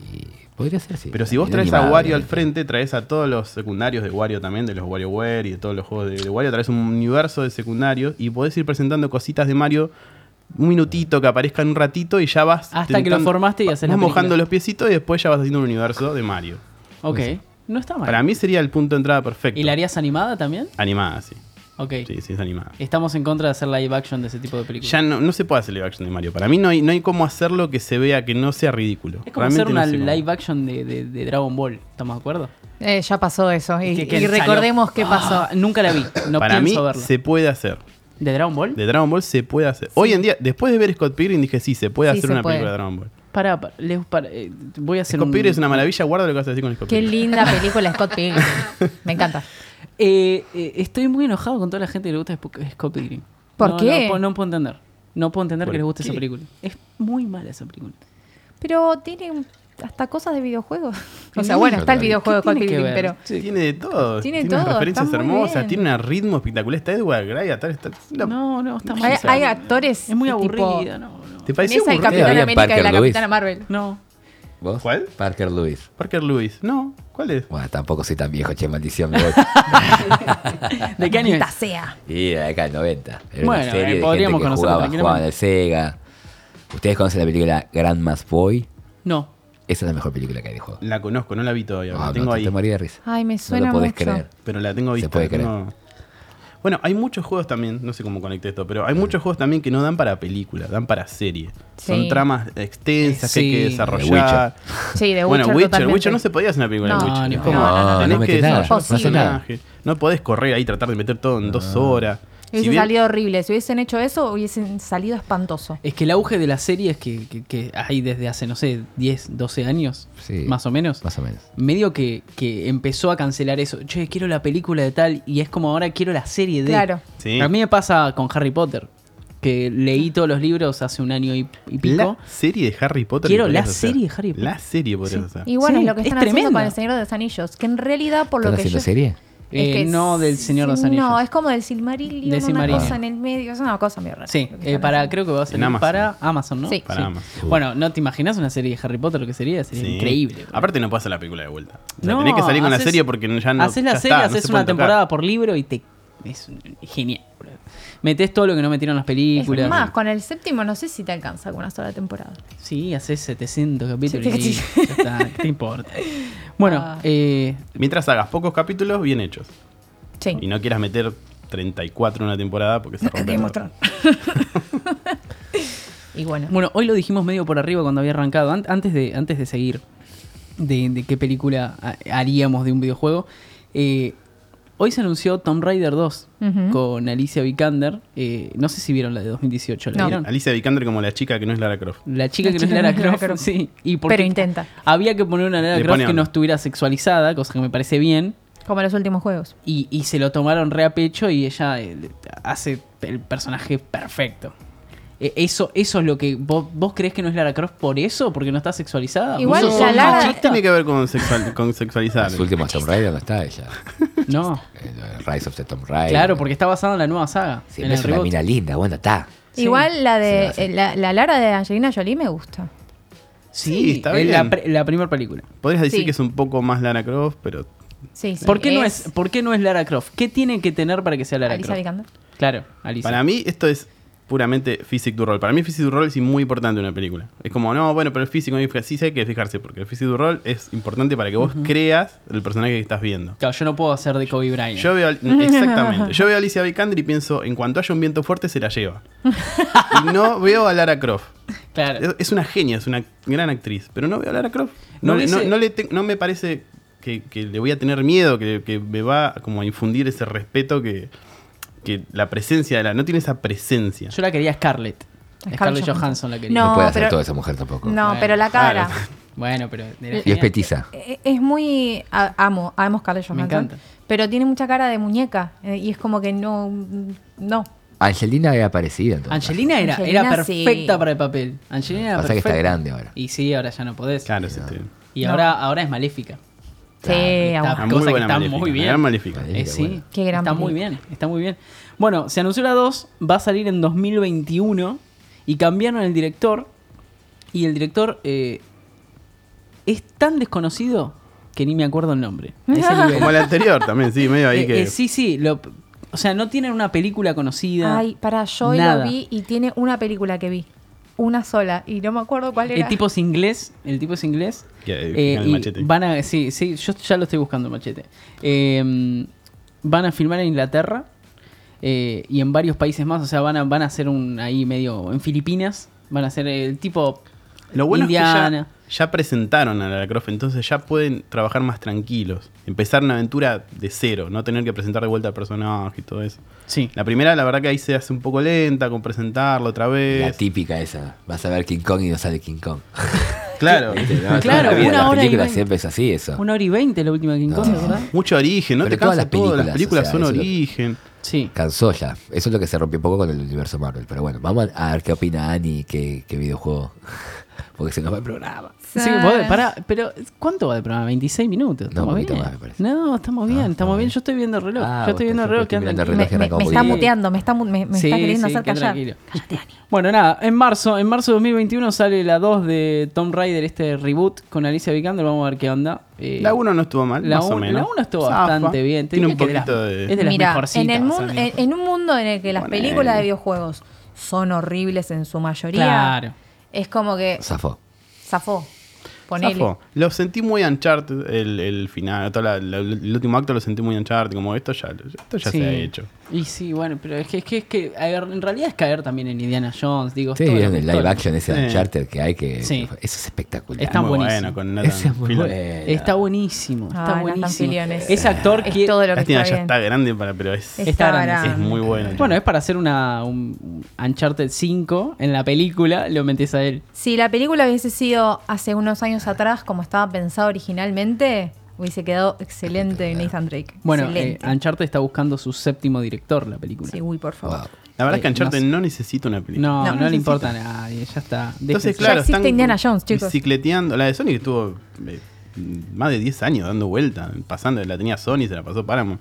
podría ser así. Pero si vos traes a Wario al frente, traes a todos los secundarios de Wario también, de los WarioWare y de todos los juegos de, de Wario, traes un universo de secundarios y podés ir presentando cositas de Mario un minutito que aparezcan un ratito y ya vas. Hasta que lo intentando- formaste y haces la Vas mojando película. los piecitos y después ya vas haciendo un universo de Mario. Ok. No está mal. Para mí sería el punto de entrada perfecto. ¿Y la harías animada también? Animada, sí. Ok. Sí, sí, es animada. Estamos en contra de hacer live action de ese tipo de películas. Ya no, no se puede hacer live action de Mario. Para mí no hay, no hay cómo hacerlo que se vea, que no sea ridículo. Es como Realmente hacer una no sé cómo. live action de, de- de Dragon Ball. ¿Estamos de acuerdo? Eh, ya pasó eso. Y, Que- que y salió- recordemos qué pasó. Ah, nunca la vi. No Para mí pienso verla. se puede hacer. ¿De Dragon Ball? De Dragon Ball se puede hacer. Hoy en día, después de ver Scott Pilgrim, dije sí, se puede Sí, hacer se una puede. película de Dragon Ball. Pará, pa- Leo, pará, eh, voy a hacer Scott un... Pilgrim es una maravilla, guarda lo que vas a decir con Scott Qué Pilgrim. linda película Scott (laughs) Pilgrim. Me encanta. Eh, eh, estoy muy enojado con toda la gente que le gusta Sp- Scott Pilgrim. ¿Por No, qué? No, po- no puedo entender. No puedo entender ¿Por que les guste qué? esa película. Es muy mala esa película. Pero tiene hasta cosas de videojuegos. O sea, Sí, bueno, está el ¿qué videojuego de Scott tiene que Pilgrim, ver? pero... Sí. Tiene de todo. Tiene Tiene, todo, referencias está muy hermosas, bien. tiene un ritmo espectacular. Está Edward Gray, está, está- la- No, no, está mal. Hay, hay actores... Es muy que tipo- aburrida. No, no. ¿Te pareció Mesa el aburrida? Capitán Había América y Parker la Lewis. Capitana Marvel. No. ¿Vos? ¿Cuál? Parker Lewis. Parker Lewis. No, ¿cuál es? Bueno, tampoco soy tan viejo, che, (laughs) maldición. me voy. ¿De qué año es? Maldita sea. y la década del 90. Era una Bueno, eh, serie de podríamos gente que conocerlo jugaba, tranquilamente. jugaba en el Sega. ¿Ustedes conocen la película Grandma's Boy? No. Esa es la mejor película que hay de juego. La conozco, no la vi todavía. No, la Ah, no, tengo te- ahí. te morí de risa. Ay, me No Ah, suena lo podés mucho. creer. Pero la tengo Se vista. puede creer. no- Bueno, hay muchos juegos también, no sé cómo conecté esto, pero Mm. hay muchos juegos también que no dan para película, dan para serie. Son Sí. tramas extensas que hay Sí. que The desarrollar. Sí, de bueno, Witcher, Witcher, totalmente. Witcher no se podía hacer una película de No, Witcher. ni Es como, cómo. No, no tenés metes que nada, desarrollar no un haces nada. personaje. No podés correr ahí y tratar de meter todo en Ah. dos horas. Hubiese Si bien- salido horrible. Si hubiesen hecho eso, hubiesen salido espantoso. Es que el auge de las series que, que- que hay desde hace, no sé, 10, 12 años, Sí. más o menos, Más o menos. medio que, que empezó a cancelar eso. Che, quiero la película de tal y es como ahora quiero la serie de... Claro. Sí. A mí me pasa con Harry Potter, que leí todos los libros hace un año y, y La pico. serie de Harry Potter. Quiero que la podrías hacer. serie de Harry Potter. La serie podrías hacer. Y bueno, Sí, es lo que es están haciendo tremenda. con El Señor de los Anillos. Que en realidad, por lo ¿Están que haciendo yo... serie? Eh, no del Señor de los sí, Anillos. No, es como del Silmarillion, Del Silmarillion. una cosa en el medio. Es una cosa medio rara. Sí, lo que eh, están para, haciendo. creo que va a salir Amazon. para Amazon, ¿no? Sí. Para Sí. Amazon. Bueno, ¿no te imaginas una serie de Harry Potter lo que sería? Sería Sí. increíble. bro. Aparte no puedes hacer la película de vuelta. O sea, No, tenés que salir con la haces- serie porque ya no. Haces la ya serie, está, no haces se una pueden tocar. temporada por libro y te. Es genial, bro. Metes todo lo que no metieron en las películas. Es más, con el séptimo no sé si te alcanza con una sola temporada. Sí, haces 700 capítulos Sí, y sí, listo, ya está, ¿qué te importa? Bueno, Ah. eh, Mientras hagas pocos capítulos bien hechos. Sí. Y no quieras meter 34 en una temporada porque se (laughs) rompe. Game todo. of Thrones. y bueno. bueno, hoy lo dijimos medio por arriba cuando había arrancado, an- antes, de, antes de seguir de, de qué película ha- haríamos de un videojuego. eh, hoy se anunció Tomb Raider 2 Ujú. con Alicia Vikander. eh, no sé si vikander no sé si vieron la de 2018, ¿la No. vieron? Alicia Vikander como la chica que no es Lara Croft. La chica La que chica no es Lara que no es Lara Croft, Croft. sí. Y porque Pero intenta. Había que poner una Lara Le Croft ponían. que no estuviera sexualizada, cosa que me parece bien. Como los últimos juegos. Y, y se lo tomaron re a pecho y ella eh, hace el personaje perfecto. Eh, Eso, eso es lo que. ¿Vos, vos crees que no es Lara Croft por eso? ¿Porque no está sexualizada? Igual ¿Vos ya sos Lara- ¿Qué machista? tiene que ver con, sexual- con sexualizar? Los últimos Tomb Raider no está ella. No, El Rise of the Tomb Raider. claro, porque está basado en la nueva saga. Si en no el es una reboot. mina linda, bueno, está. Sí. Igual la de eh, Sí, la, la Lara de Angelina Jolie me gusta. Sí, Sí, está es la, bien. pre- la primera película. Podrías decir Sí. que es un poco más Lara Croft, pero Sí, sí. ¿Por qué, no es, ¿Por qué no es Lara Croft? ¿Qué tiene que tener para que sea Lara Alicia Croft? Vikander? Claro, Alicia. Para mí esto es puramente physics du rol. Para mí physics du rol es muy importante en una película. Es como, no, bueno, pero el físico no hay que- sí sí hay que fijarse, porque el physics du rol es importante para que vos creas el personaje que estás viendo. Claro, yo no puedo hacer de Kobe Bryant. Yo (laughs) veo, al- exactamente. Yo veo a Alicia Vikander y pienso, en cuanto haya un viento fuerte se (laughs) la lleva. Y no veo a Lara Croft. claro. Es es una genia, es una gran actriz, pero no veo a Lara Croft. No No, le- no- hubiese- no le te- no me parece que, que le voy a tener miedo, que, que me va como a infundir ese respeto que, que la presencia de la... No tiene esa presencia. Yo la quería Scarlett. Scarlett Scarlett, Johansson. Johansson. la quería. No, No, puede hacer pero- toda esa mujer tampoco. No, Bueno, pero la cara. claro. Bueno, pero era Y es Y es genial. petiza. Eh, Es muy. a- Amo, amo Scarlett Johansson. Me encanta. Pero tiene mucha cara de muñeca. eh, y es como que no. No. Angelina era parecida. entonces. Angelina era, Angelina, era perfecta sí. para el papel. Angelina era Pasa que perfecta. está grande ahora. Y sí, ahora ya no podés. Claro, es este- Y No. ahora, ahora es maléfica. Sí, Está- amo. una cosa muy que buena está maléfica, muy una bien. gran maléfica. Vale. Eh, Mira, sí, bueno. Qué gran está muy película. bien, está muy bien. Bueno, se anunció la 2, va a salir en 2021 y cambiaron el director. Y el director eh, es tan desconocido que ni me acuerdo el (laughs) nombre. A ese nivel. Como la anterior también, sí, medio ahí Eh, que... eh, sí, sí, lo- o sea, no tienen una película conocida. Ay, para yo hoy nada. lo vi y tiene una película que vi. Una sola. Y no me acuerdo cuál era. El tipo es inglés, el tipo es inglés. Que, eh, Eh, con el y machete. Van a, sí, sí, yo ya lo estoy buscando, machete. Eh, van a filmar en Inglaterra eh, y en varios países más, o sea, van a, van a hacer un ahí medio en Filipinas, van a hacer el tipo Lo bueno es Indiana. que ya, ya presentaron a Lara Croft, entonces ya pueden trabajar más tranquilos. Empezar una aventura de cero, no tener que presentar de vuelta al personaje y todo eso. Sí. La primera, la verdad que ahí se hace un poco lenta con presentarlo otra La vez. típica esa. Vas a ver King Kong y no sale King Kong. (laughs) Claro. (laughs) (laughs) Claro, Toda la vida, una las hora y películas veinte. siempre es así eso. Una hora y veinte la última que No. encontré, ¿verdad? Mucho origen, no Pero te todas cansas las todo, las películas, películas o sea, son eso es lo- origen. Sí. Cansó ya. Eso es lo que se rompió un poco con el universo Marvel. Pero bueno, vamos a ver qué opina Ani, qué, qué videojuego. (laughs) Porque se nos va el programa. Sí, vos- pará, pero ¿cuánto va de programa? 26 minutos. No, ¿Estamos un poquito bien? más, me parece. No, estamos bien, estamos estamos bien. bien. Yo estoy viendo el reloj. Ah, yo estoy vos viendo el reloj estás que anda. mirando el me, reloj, me- era me como está que- muteando, me está, mu- Eh, me, me Sí, está queriendo sí, hacer qué callar. tranquilo. (laughs) Bueno, nada, en marzo, en marzo de 2021 sale la 2 de Tomb Raider, este reboot con Alicia Vikander, vamos a ver qué onda. Eh, La 1 no estuvo mal, la más o un- menos. la uno estuvo Zafa. bastante bien. Te Tiene un diría que poquito de las- de... es de las Mira, mejorcitas, en, el o sea, mundo, mira. en, en un mundo en el que las Ponele. películas de videojuegos son horribles en su mayoría, Claro. es como que Zafó. zafó. Ponele. Zafó. Lo sentí muy Uncharted el, el final, toda la- la- el último acto lo sentí muy Uncharted, como esto ya, esto ya Sí. se ha hecho. Y sí, bueno, pero es que, es que, es que a ver, en realidad es caer también en Indiana Jones, digo. es Sí, todo lo vieron que- el todo live lo- action ese Sí. de Uncharted que hay que. Sí. Eso es espectacular. Está muy buenísimo. bueno con Ese Nathan es muy Fillion. bueno. Está buenísimo, está Ay, Nathan buenísimo. Fillion es- Ese actor Es que todo lo que Lástima, está ya bien. está grande, para, pero es, Está es, Está grande, grande. muy bueno. Bueno, es para hacer una un Uncharted 5 en la película, lo metes a él. Si la película hubiese sido hace unos años atrás, como estaba pensado originalmente, hubiese quedado excelente Nathan Drake. Bueno, eh, excelente. Uncharted está buscando su séptimo director la película. Sí, uy, por favor. Wow. La verdad es que Eh, Uncharted no no, necesita una película. No, no, No, no le necesito. importa a nadie, ya está. Entonces, Déjense. claro, existe están Indiana Jones, chicos. bicicleteando. La de Sony que estuvo eh, más de 10 años dando vuelta, pasando, la tenía Sony, se la pasó Paramount.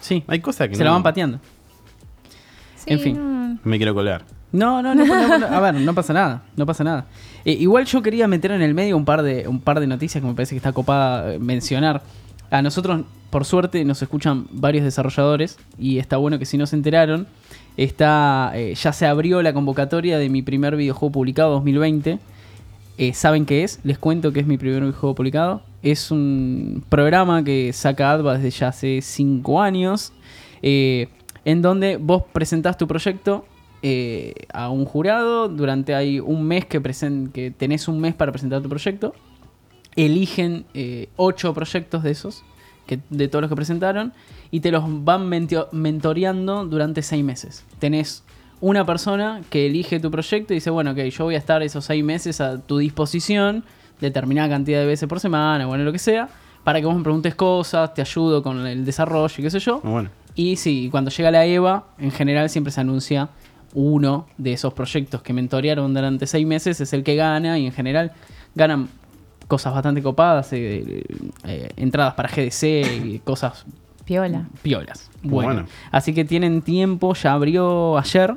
Sí, Hay cosas que se la no- van pateando. Sí, en fin. no. Me quiero colar. No, no, no, no, no, a ver, no pasa nada, no pasa nada. Eh, igual yo quería meter en el medio un par de un par de noticias que me parece que está copada eh, mencionar. A nosotros, por suerte, nos escuchan varios desarrolladores y está bueno que si no se enteraron, está eh, ya se abrió la convocatoria de mi primer videojuego publicado 2020. Eh, ¿Saben qué es? Les cuento que es mi primer videojuego publicado. Es un programa que saca ADVA desde ya hace 5 años, eh, en donde vos presentás tu proyecto eh, a un jurado. Durante hay un mes que, presen- que tenés un mes para presentar tu proyecto. Eligen 8 proyectos de esos, que, de todos los que presentaron, y te los van mentio- mentoreando durante 6 meses. Tenés una persona que elige tu proyecto y dice, bueno, ok, yo voy a estar esos seis meses a tu disposición, determinada cantidad de veces por semana, bueno, lo que sea, para que vos me preguntes cosas, te ayudo con el desarrollo y qué sé yo. Muy Bueno, Y sí, cuando llega la EVA, en general siempre se anuncia uno de esos proyectos que mentorearon durante seis meses, es el que gana y en general ganan cosas bastante copadas, eh, eh, entradas para GDC y cosas Piola. piolas. Bueno. Bueno. Así que tienen tiempo, ya abrió ayer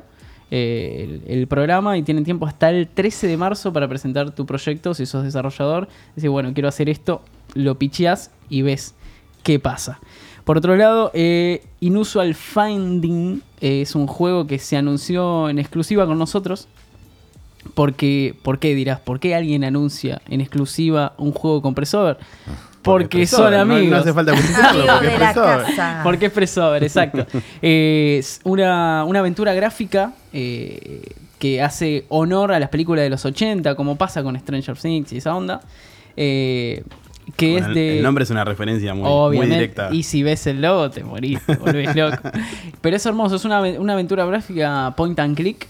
eh, el, el programa y tienen tiempo hasta el 13 de marzo para presentar tu proyecto si sos desarrollador. Decir, bueno, quiero hacer esto, lo picheas y ves qué pasa. Por otro lado, eh, Inusual Finding eh, es un juego que se anunció en exclusiva con nosotros. Porque, ¿Por qué dirás? ¿Por qué alguien anuncia en exclusiva un juego con Presover? Porque, Ah, Presover, son no- amigos. No, hace falta Ah, publicitarlo. Amigo porque de la ¿eh? Presover. casa. (laughs) Porque es Presover, exacto. Eh, es una, una aventura gráfica eh, que hace honor a las películas de los 80, como pasa con Stranger Things y esa onda. Eh, que Bueno, es el- de... El nombre es una referencia muy, muy Obviamente, directa. y si ves el logo te morís, te (laughs) volvés loco. Pero es hermoso, es una, ave- una aventura gráfica point and click,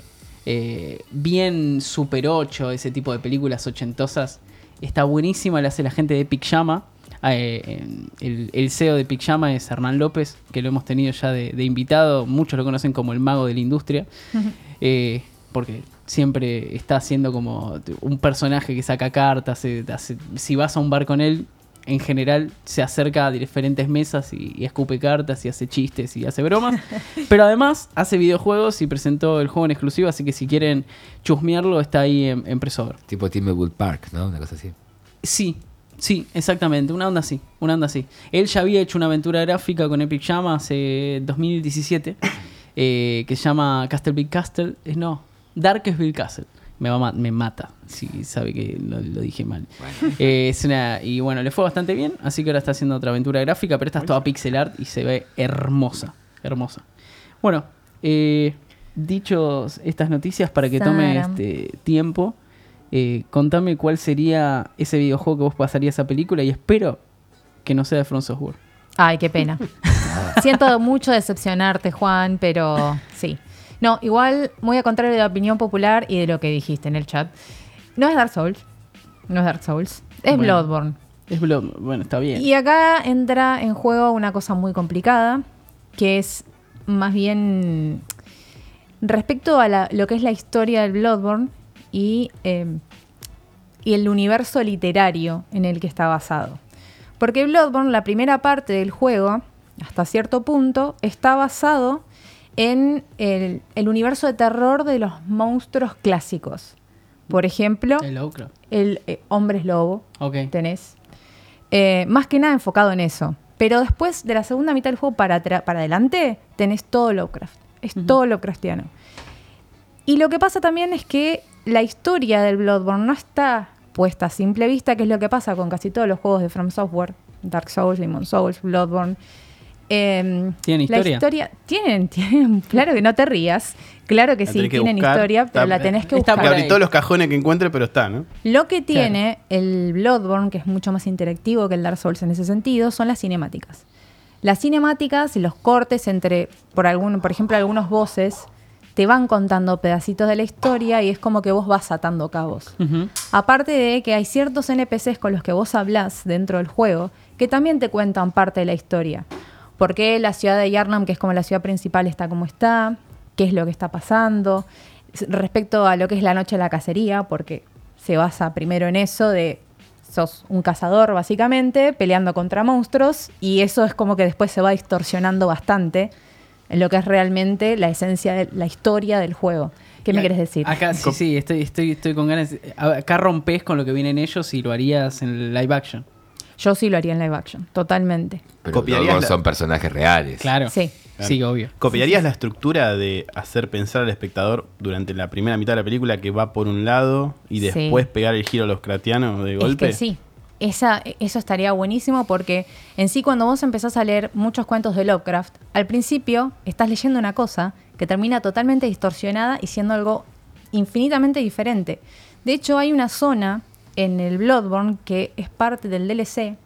eh, bien Super 8, ese tipo de películas ochentosas. Está buenísima, la hace la gente de Pijama. Eh, en- el, el CEO de Pijama es Hernán López, que lo hemos tenido ya de, de invitado. Muchos lo conocen como el mago de la industria. Eh, porque siempre está haciendo como un personaje que saca cartas. eh, hace- si vas a un bar con él, en general se acerca a diferentes mesas y, y escupe cartas y hace chistes y hace bromas. Pero además hace videojuegos y presentó el juego en exclusiva. Así que si quieren chusmearlo, está ahí en, en Presover. Tipo Timberwood Park, ¿no? Una cosa así. Sí, sí, exactamente. Una onda así, una onda así. Él ya había hecho una aventura gráfica con Epic Jam hace 2017 eh, que se llama Castleville Castle. eh, no, Darkestville Castle. Me, va a ma- me mata, si sabe que lo, lo dije mal. Eh, es una, y bueno, le fue bastante bien, así que ahora está haciendo otra aventura gráfica, pero esta es toda pixel art y se ve hermosa, hermosa. Bueno, eh, dichos estas noticias para que tome Saram. este tiempo, eh, contame cuál sería ese videojuego que vos pasarías a película y espero que no sea de From Software. Ay, (laughs) qué pena. Siento mucho decepcionarte, Juan, pero sí. No, igual, muy a contrario de la opinión popular y de lo que dijiste en el chat. No es Dark Souls. No es Dark Souls. Es Bueno. Bloodborne. Es Blood- bueno, está bien. Y acá entra en juego una cosa muy complicada, que es más bien respecto a la- lo que es la historia del Bloodborne y, eh, y el universo literario en el que está basado. Porque Bloodborne, la primera parte del juego, hasta cierto punto, está basado en el, el universo de terror de los monstruos clásicos. Por ejemplo, El Lovecraft. el eh, hombre es lobo, Ok. tenés. Eh, más que nada enfocado en eso. Pero después de la segunda mitad del juego para, atra- para adelante, tenés todo Lovecraft. Es todo Lovecraftiano. Y lo que pasa también es que la historia del Bloodborne no está puesta a simple vista, que es lo que pasa con casi todos los juegos de From Software. Dark Souls, Demon Souls, Bloodborne. Eh, ¿Tienen historia? La historia tienen, (laughs) tienen, claro que no te rías. Claro que La sí, tenés que tienen buscar, historia, pero está- la tenés que está buscar. Hay que por abrir ahí. todos los cajones que encuentre, pero está, ¿no? Lo que tiene el Bloodborne, que es mucho más interactivo que el Dark Souls en ese sentido, son las cinemáticas. Las cinemáticas y los cortes entre, por, algún, por ejemplo, algunos voces, te van contando pedacitos de la historia y es como que vos vas atando cabos. Ujú. Aparte de que hay ciertos NPCs con los que vos hablás dentro del juego que también te cuentan parte de la historia. ¿Por qué la ciudad de Yarnam, que es como la ciudad principal, está como está? ¿Qué es lo que está pasando? S- Respecto a lo que es la noche de la cacería, porque se basa primero en eso de sos un cazador básicamente, peleando contra monstruos, y eso es como que después se va distorsionando bastante en lo que es realmente la esencia de la historia del juego. ¿Qué Y me a- quieres decir? Acá sí, sí, estoy, estoy, estoy con ganas. a- Acá rompes con lo que vienen ellos y lo harías en el live action. Yo sí lo haría en live action, totalmente. Pero Copiarías no la- son personajes reales. Claro. Sí. Sí, obvio. ¿Copiarías la estructura de hacer pensar al espectador durante la primera mitad de la película que va por un lado y Sí. después pegar el giro a los cratianos de golpe? Es que sí. Esa, eso estaría buenísimo porque en sí cuando vos empezás a leer muchos cuentos de Lovecraft, al principio estás leyendo una cosa que termina totalmente distorsionada y siendo algo infinitamente diferente. De hecho, hay una zona en el Bloodborne que es parte del DLC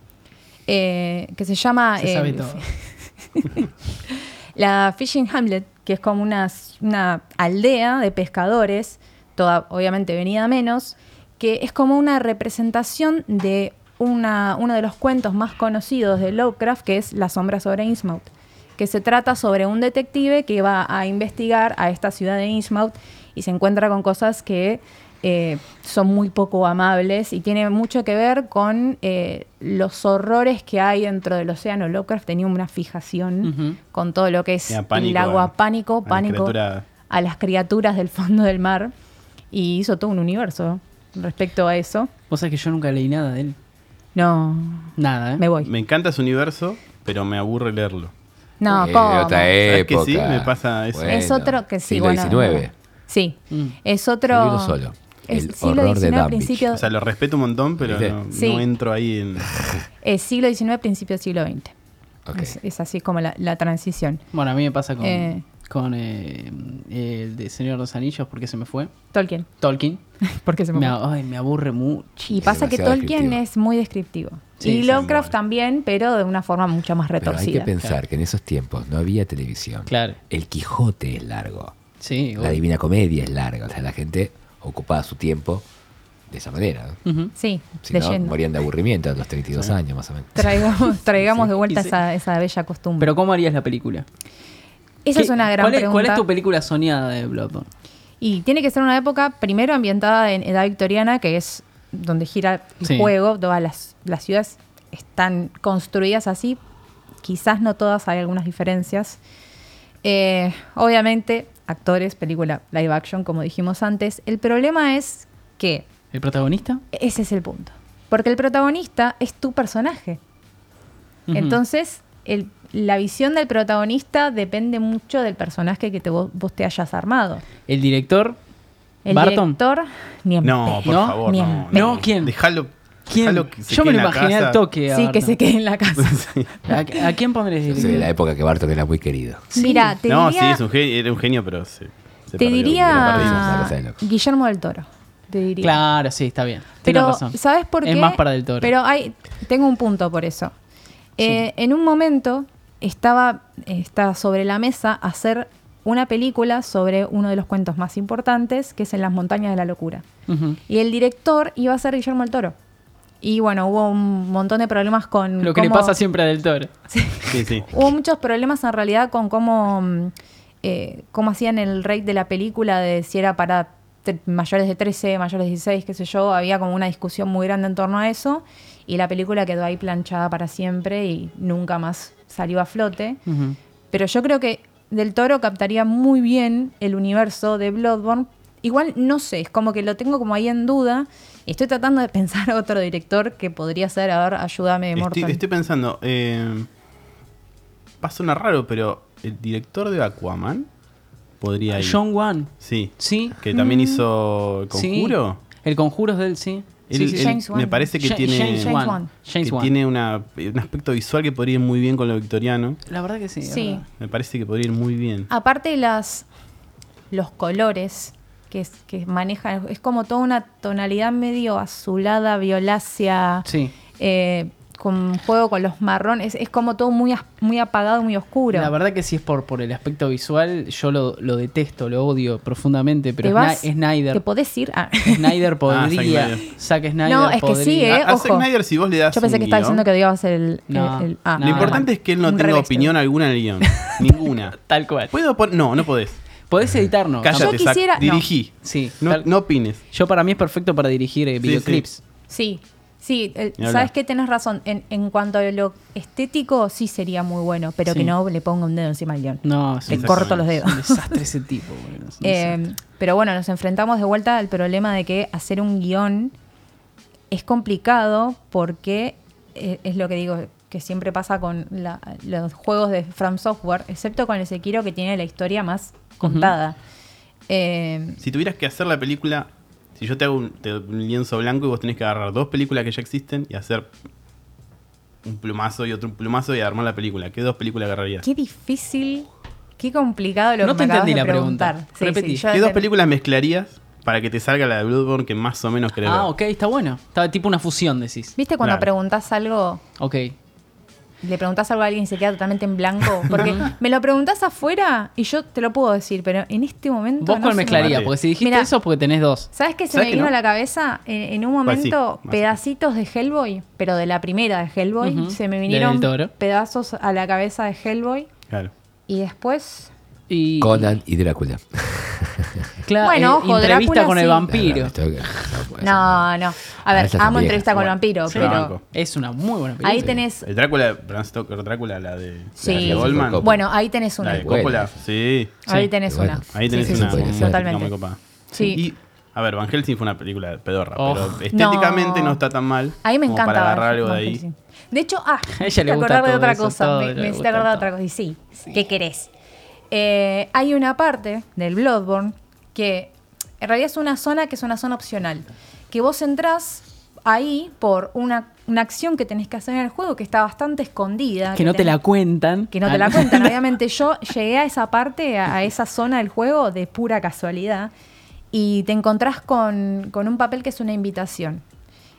eh, que se llama Se sabe eh, (laughs) todo. la Fishing Hamlet, que es como una, una aldea de pescadores, toda obviamente venida a menos, que es como una representación de una, uno de los cuentos más conocidos de Lovecraft, que es La sombra sobre Innsmouth, que se trata sobre un detective que va a investigar a esta ciudad de Innsmouth y se encuentra con cosas que eh, son muy poco amables y tiene mucho que ver con eh, los horrores que hay dentro del océano. Lovecraft tenía una fijación Ujú. con todo lo que es Tenía pánico el agua, a- a pánico, la pánico criatura. a las criaturas del fondo del mar y hizo todo un universo respecto a eso. Vos sabés que yo nunca leí nada de él. No, Nada, ¿eh? me voy. Me encanta su universo, pero me aburre leerlo. no, Eh, ¿cómo? de otra ¿Sabes que época. sí? Me pasa eso. Es Bueno, otro que sí, siglo bueno, XIX. Sí, Mm. es otro. El libro solo. Es El siglo horror de XIX, Dunwich. principio, O sea, lo respeto un montón, pero ¿Viste? no, no Sí. entro ahí en... es siglo XIX, principio del siglo XX. Ok. Es, es así como la, la transición. Bueno, a mí me pasa con, Eh. con eh, el de Señor de los Anillos, porque se me fue. Tolkien. (laughs) Tolkien. Porque se me Me, fue. ay, me aburre mucho. Y pasa que demasiado Tolkien descriptivo. es muy descriptivo. Sí, y sí, Lovecraft bueno. también, pero de una forma mucho más Pero hay retorcida. que pensar que en esos tiempos no había televisión. Claro. El Quijote es largo. Sí, La bueno. Divina Comedia es larga. O sea, la gente ocupaba su tiempo de esa manera. ¿no? Ujú. sí, Si no, leyendo. morían de aburrimiento a los 32 años más o menos. (laughs) Traigamos, traigamos de vuelta Y sí. esa, esa bella costumbre. Pero ¿cómo harías la película? Esa ¿Qué- es una gran ¿cuál es, pregunta. ¿Cuál es tu película soñada de Bloodborne? Y tiene que ser una época primero ambientada en edad victoriana, que es donde gira el Sí. juego. Todas las, las ciudades están construidas así. Quizás no todas, hay algunas diferencias. Eh, obviamente, actores, película live action, como dijimos antes. El problema es que ¿El protagonista? ese es el punto. Porque el protagonista es tu personaje. Ujú. Entonces, el- la visión del protagonista depende mucho del personaje que te, vos, vos te hayas armado. ¿El director? El ¿Barton? director, ni en No, pedo. por ¿No? favor. Ni No, en pedo. No, ¿quién? Dejalo. ¿Quién? dejalo que se Yo me quede lo en la imaginé casa. al toque. a Sí, que Barton. se quede en la casa. (laughs) (laughs) Sí. ¿A, a quién pondrías Yo soy de la director? época que Barton era muy querido. Mira, te no, sí, diría, es un genio, era un genio, pero se, se te perdió, perdimos, la diría cosa de loco. Guillermo del Toro. Te diría. Claro, sí, está bien. Tienes Pero, razón. ¿sabes por qué? Es más para del toro. Pero hay, tengo un punto por eso. Eh, En un momento estaba, está sobre la mesa hacer una película sobre uno de los cuentos más importantes, que es En las montañas de la locura. Ujú. Y el director iba a ser Guillermo del Toro. Y bueno, hubo un montón de problemas con... Lo que le cómo- (laughs) pasa siempre a Del Toro. Sí, sí. Hubo muchos problemas en realidad con cómo, mm, eh, cómo hacían el rate de la película, de si era para tre- mayores de 13, mayores de 16, qué sé yo. Había como una discusión muy grande en torno a eso. Y la película quedó ahí planchada para siempre y nunca más salió a flote. Ujú. Pero yo creo que Del Toro captaría muy bien el universo de Bloodborne. Igual no sé, es como que lo tengo como ahí en duda. Estoy tratando de (laughs) pensar otro director que podría ser, a ver, ayúdame, Estoy, Morton. estoy pensando, eh, va a sonar raro, pero el director de Aquaman podría ir. Ah, John Wan. Sí. Sí. Que también hizo El Conjuro. Sí. El conjuro es del sí. Él- sí, sí, él sí. James Wan. Me parece que Ja- tiene, James James Wan. Wan. James que Wan. tiene una- un aspecto visual que podría ir muy bien con lo victoriano. La verdad que sí. es Sí. verdad. Me parece que podría ir muy bien. Aparte las los colores que, es- que maneja, es como toda una tonalidad medio azulada, violácea, Sí. eh, con juego con los marrones, es como todo muy, as- muy apagado, muy oscuro. La verdad que si es por, por el aspecto visual, yo lo, lo detesto, lo odio profundamente, pero Te Sna- vas- Te Snyder. podés ir Ah. a... (laughs) (laughs) Snyder podría. Ah, Zack Snyder. Zack Snyder No, es que podría. sí, eh, a, a Zack ojo. Snyder, si vos le (laughs) das Yo pensé un que estaba guión, diciendo que odiabas el... el- No, el- ah, no, Lo menos importante mal. es que él no Un tenga revés, opinión creo. alguna en (laughs) el guión. Ninguna. Tal cual. ¿Puedo pon- No, no podés. Podés editarnos. Pues, Cállate, Yo Zack. quisiera- no. Dirigí. Sí, No, tal- no opines. Yo para mí es perfecto para dirigir eh, videoclips. Sí, sí, el- Ni hablar. sabes que tenés razón. En, en cuanto a lo estético, sí sería muy bueno, pero Sí. que no le ponga un dedo encima al guión. No, es Te un corto los desastre. dedos. Es un desastre ese tipo, boludo, es un Eh, desastre. pero bueno, nos enfrentamos de vuelta al problema de que hacer un guión es complicado porque eh, es lo que digo que siempre pasa con la- los juegos de From Software, excepto con el Sekiro que tiene la historia más contada. Eh, Si tuvieras que hacer la película, si yo te hago un, te doy un lienzo blanco y vos tenés que agarrar dos películas que ya existen y hacer un plumazo y otro plumazo y armar la película, ¿qué dos películas agarrarías? ¿Qué, qué difícil, qué complicado lo No te que me acabas entendí de la pregunta. preguntar. Sí, sí, Repetí. yo dos entendí. películas mezclarías para que te salga la de Bloodborne que más o menos creo? Ah, ok, está bueno. Está tipo una fusión, decís. ¿Viste cuando Claro. preguntás algo Ok. le preguntás algo a alguien y se queda totalmente en blanco. Porque me lo preguntás afuera y yo te lo puedo decir, pero en este momento. ¿Vos no cuál se me- mezclarías? Mate. Porque si dijiste Mirá. eso, porque tenés dos. ¿Sabes qué se ¿Sabés me que vino no? a la cabeza? Eh, En, en un Pues sí, momento, más o pedacitos de Hellboy, pero de la primera de Hellboy. Ujú, Se me de vinieron Del Toro. pedazos a la cabeza de Hellboy. Claro. Y después. Y, Conan (laughs) y Drácula. Cla- eh, Bueno, ojo, entrevista Drácula con el sí. vampiro. No, no, no puede ser. No, no. A ver, esa es amo vieja. entrevista con Bueno, vampiro, sí, pero. banco. Es una muy buena película. Ahí tenés. El Drácula de Bram Stoker, Drácula, la de, Sí. la de Goldman. Coppola. Bueno, ahí tenés la una. de Bueno. Coppola, sí. Ahí Sí. tenés Bueno, una. Ahí tenés Sí, sí, sí, una, una podría ser. película muy Totalmente. copada. Sí. Y, a ver, Van Helsing fue una película pedorra, Oh. pero estéticamente no. está tan mal. A mí me como encanta. Para agarrar Van algo de ahí. Helsing. De hecho, ah, A (laughs) ella le me gusta acordar de todo otra eso, cosa. todo, me ella me le hiciste gusta acordar de todo. otra cosa. Y sí, ¿qué querés? Eh, hay una parte del Bloodborne que en realidad es una zona que es una zona opcional. Que vos entrás, ahí por una, una acción que tenés que hacer en el juego que está bastante escondida. Que no te Ah, tenés- la cuentan. Ah, que no te (laughs) la cuentan, obviamente. Yo llegué a esa parte, a, a esa zona del juego de pura casualidad y te encontrás con, con un papel que es una invitación.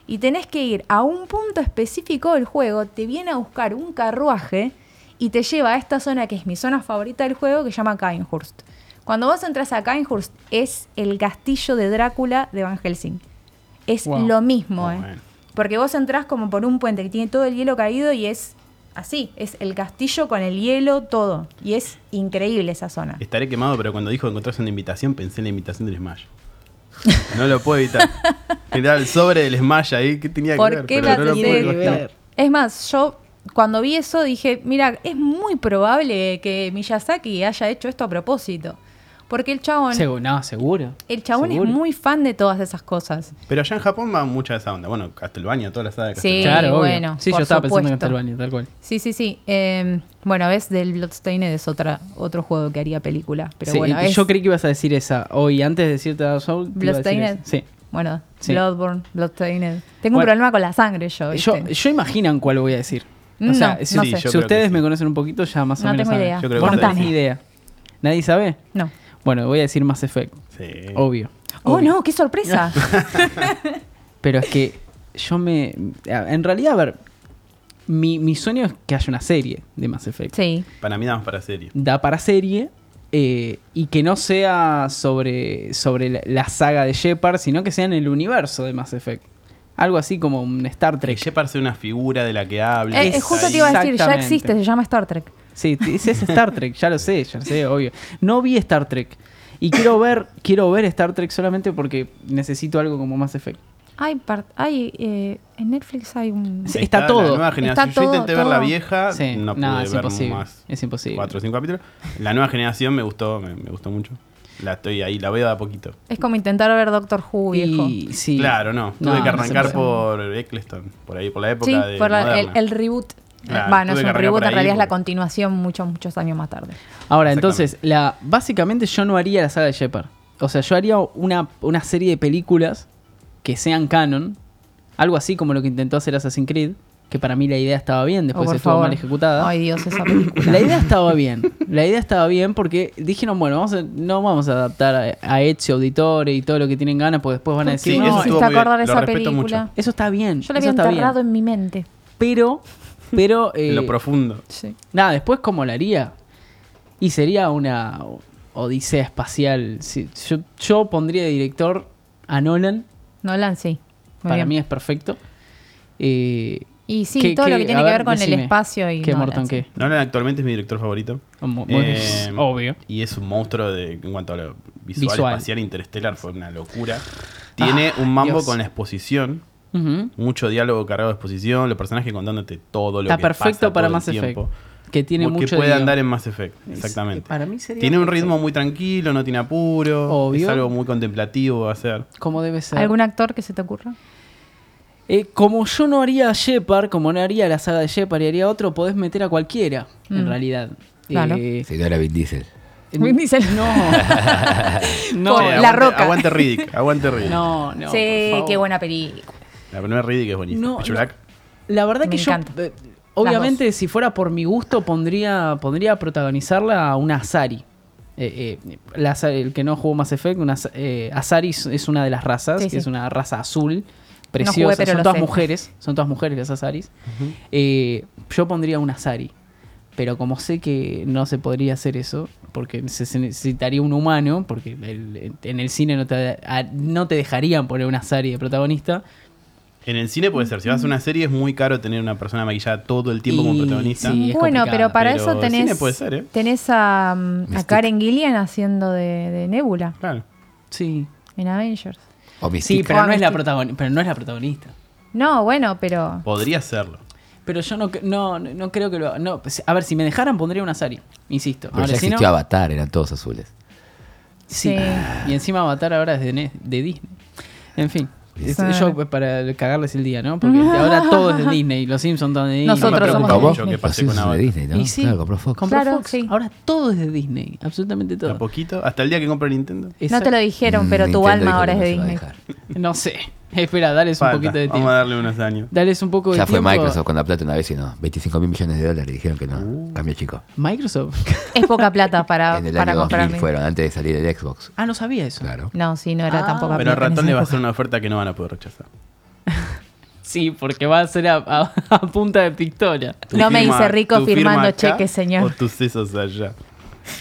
Y tenés que ir a un punto específico del juego, te viene a buscar un carruaje y te lleva a esta zona que es mi zona favorita del juego, que se llama Kainhurst. Cuando vos entras a Kainhurst, es el castillo de Drácula de Van Helsing. Es Wow. lo mismo, Oh, ¿eh? bueno. Porque vos entrás como por un puente que tiene todo el hielo caído y es así, es el castillo con el hielo, todo. Y es increíble esa zona. Estaré quemado, pero cuando dijo que encontrase una invitación, pensé en la invitación del Smash. (laughs) No lo puedo evitar. Era el sobre del Smash ahí, que tenía que ¿Por ver? qué Pero la no lo puedo tiré? imaginar. Es más, yo cuando vi eso dije, mira, es muy probable que Miyazaki haya hecho esto a propósito. Porque el chabón, Segu- no, seguro. el chabón es Seguro. muy fan de todas esas cosas. Pero allá en Japón va mucha esa onda. Bueno, Castlevania, toda la saga de Sí. Castlevania. Claro, obvio. bueno, Sí, yo por estaba pensando en supuesto. Castlevania, tal cual. Sí, sí, sí. Eh, bueno, ves, del Bloodstained es otra, otro juego que haría película. Pero Sí, bueno, y- y es yo creí que ibas a decir esa hoy antes de decirte Dark Souls. te iba a decir Bloodstained. esa. Sí. Bueno, Sí. Bloodborne, Bloodstained. Tengo un Bueno, problema con la sangre yo. ¿viste? Yo, yo imaginan cuál voy a decir. O No, sea, si, no sé. Sí, yo si creo ustedes que sí. me conocen un poquito, ya más o No menos. tengo saben. idea. Yo creo que Vos no vos tenés sabés. ni idea. ¿Nadie sabe? No. Bueno, voy a decir Mass Effect. Sí. Obvio. Oh, Obvio. no, qué sorpresa. Pero es que yo me. a- En realidad, a ver. Mi, mi sueño es que haya una serie de Mass Effect. (laughs) sí. Eh, Para mí damos para serie. Da para serie. eh, y que no sea sobre, sobre la, la saga de Shepard, sino que sea en el universo de Mass Effect. Algo así como un Star Que Trek. Shepard sea una figura de la que habla. Eh, eh, justo te iba a decir, ya Exactamente. existe, se llama Star Trek. Sí, t- es, es Star Trek, ya lo sé, ya lo sé, obvio. No vi Star Trek. Y quiero ver, quiero ver Star Trek solamente porque necesito algo como Mass Effect. Hay, par- hay eh, en Netflix hay un... Sí. está todo. La nueva Está generación. todo, Yo intenté ver la todo. vieja, Sí, Ah, no pude no, ver es imposible. más. Es imposible. Cuatro o cinco capítulos. La nueva generación me gustó, me, me gustó mucho. La estoy ahí, la veo de a poquito. Es como intentar ver Doctor Who, viejo. Y sí. Claro, no. Tuve No, que no se puede. arrancar por Eccleston, por ahí, por la época Sí, de. por la- el, moderna. el reboot. Claro, Eh, bueno, tuve es que un arrancar reboot, por en ahí realidad es la porque- continuación muchos, muchos años más tarde. Ahora, Exactamente. entonces, la, básicamente yo no haría la saga de Shepard. O sea, yo haría una, una serie de películas que sean canon. Algo así como lo que intentó hacer Assassin's Creed. Que para mí la idea estaba bien, Oh, después por estuvo favor. mal ejecutada. Ay, Dios, (laughs) esa película. La idea estaba bien. La idea estaba bien porque dijeron, bueno, vamos a- no vamos a adaptar a, a Ezio Auditore y todo lo que tienen ganas, porque después van a decir, Sí, no, eso no, estuvo hiciste muy bien, acordar lo esa respeto mucho. película. eso está bien. Yo la eso había está bien. enterrado en mi mente. Pero, pero, eh, En (laughs) lo profundo. Sí. nada, después cómo la haría. Y sería una o- odisea espacial. Sí, yo, yo pondría de director a Nolan, Nolan, sí. Muy para bien. mí es perfecto. Eh, Y sí, ¿qué- todo qué- lo que tiene a que ver con decime, el espacio y ¿Qué, Nolan, Morton, sí. qué? Oh, Nolan actualmente es mi director favorito. Mu- Ah, muy- Eh, obvio. Y es un monstruo de, en cuanto a lo visual, Visual. espacial, interestelar, fue una locura. Tiene un mambo Ah, Dios. con la exposición, Ujú. mucho diálogo cargado de exposición, los personajes contándote todo lo Está que perfecto pasa para todo el Mass Effect. tiempo. Que tiene Porque mucho puede de- andar en Mass Effect, Es- exactamente. para mí sería tiene un perfecto. ritmo muy tranquilo, no tiene apuro, Obvio. es algo muy contemplativo va a ser. como debe ser. ¿Algún actor que se te ocurra? Eh, como yo no haría Shepard, como no haría la saga de Shepard y haría otro, podés meter a cualquiera, en Mm. realidad. Claro. Eh, Si no era Vin Diesel. Vin Diesel. (laughs) No. Oh, no. Sí, La aguante, Roca. (laughs) Aguante Riddick, aguante Riddick. No, no. por sí, favor. qué buena película. La primera Riddick es buenísima. No, Pitch no. Black, La verdad Me que yo. encanta. eh, obviamente, si fuera por mi gusto, pondría, pondría a protagonizarla a una Asari. Eh, eh, la Asari- el que no jugó Mass Effect, una Asa- eh, Asari es- es una de las razas, Sí, que sí. es una raza azul, jugué, preciosa. pero son lo todas sé. mujeres, son todas mujeres las Asaris. Eh, yo pondría una Asari. Pero como sé que no se podría hacer eso, porque se se necesitaría un humano, porque el- en el cine no te, a- no te dejarían poner una Asari de protagonista, En el cine puede ser, si vas a hacer una serie es muy caro tener una persona maquillada todo el tiempo como Y- protagonista. sí. es bueno, complicada, pero para pero eso el tenés, cine puede ser, ¿eh? tenés a, mm, a Mystique. Karen Gillian haciendo de, de Nebula Claro. sí. en Avengers. O Sí, Mystique. pero no, es la Mystique. protagoni- pero no es la protagonista. No, bueno, pero Podría serlo. Pero yo no, cre- no, no creo que lo... No, pues, a ver, si me dejaran pondría una Sari, insisto. Pero ahora ya si no, existió Avatar, eran todos azules. sí. Sí. Y encima Avatar ahora es de, Ne- de Disney. En fin. Es- Sí. Yo pues, para cagarles el día, ¿no? Porque (laughs) ahora todo es de Disney. Los Simpsons son de Disney. No me Nosotros somos preocupa de ¿Cómo? mucho Disney. qué Los pase con Simpsons de Avatar. Disney, ¿no? Y sí. Claro, compró Fox. Compró Claro, Fox. sí. Ahora todo es de Disney. Absolutamente ¿A todo. poquito? Hasta el día que compre Nintendo. no te lo dijeron, pero Mm, tu Nintendo alma dijo ahora que es no de se va a Disney. dejar. No sé. Espera, dales Falta, un poquito de Vamos tiempo. a darle unos años. Dales un poco de Ya fue tiempo. Microsoft con la plata una vez y no. 25 mil millones de dólares dijeron que no. Cambio chico. Microsoft. Es poca (laughs) plata para, en el Ah, para año 2000 comprarme. fueron, antes de salir el Xbox. Ah, no sabía eso. Claro. No, sí, no era Ah, tan poca Pero al plata en ratón esa le va a hacer época. una oferta que no van a poder rechazar. Sí, porque va a ser a, a- (laughs) a punta de pistola. Tu No me firma- hice rico tu firma firmando acá cheques, señor. O tus sesos allá.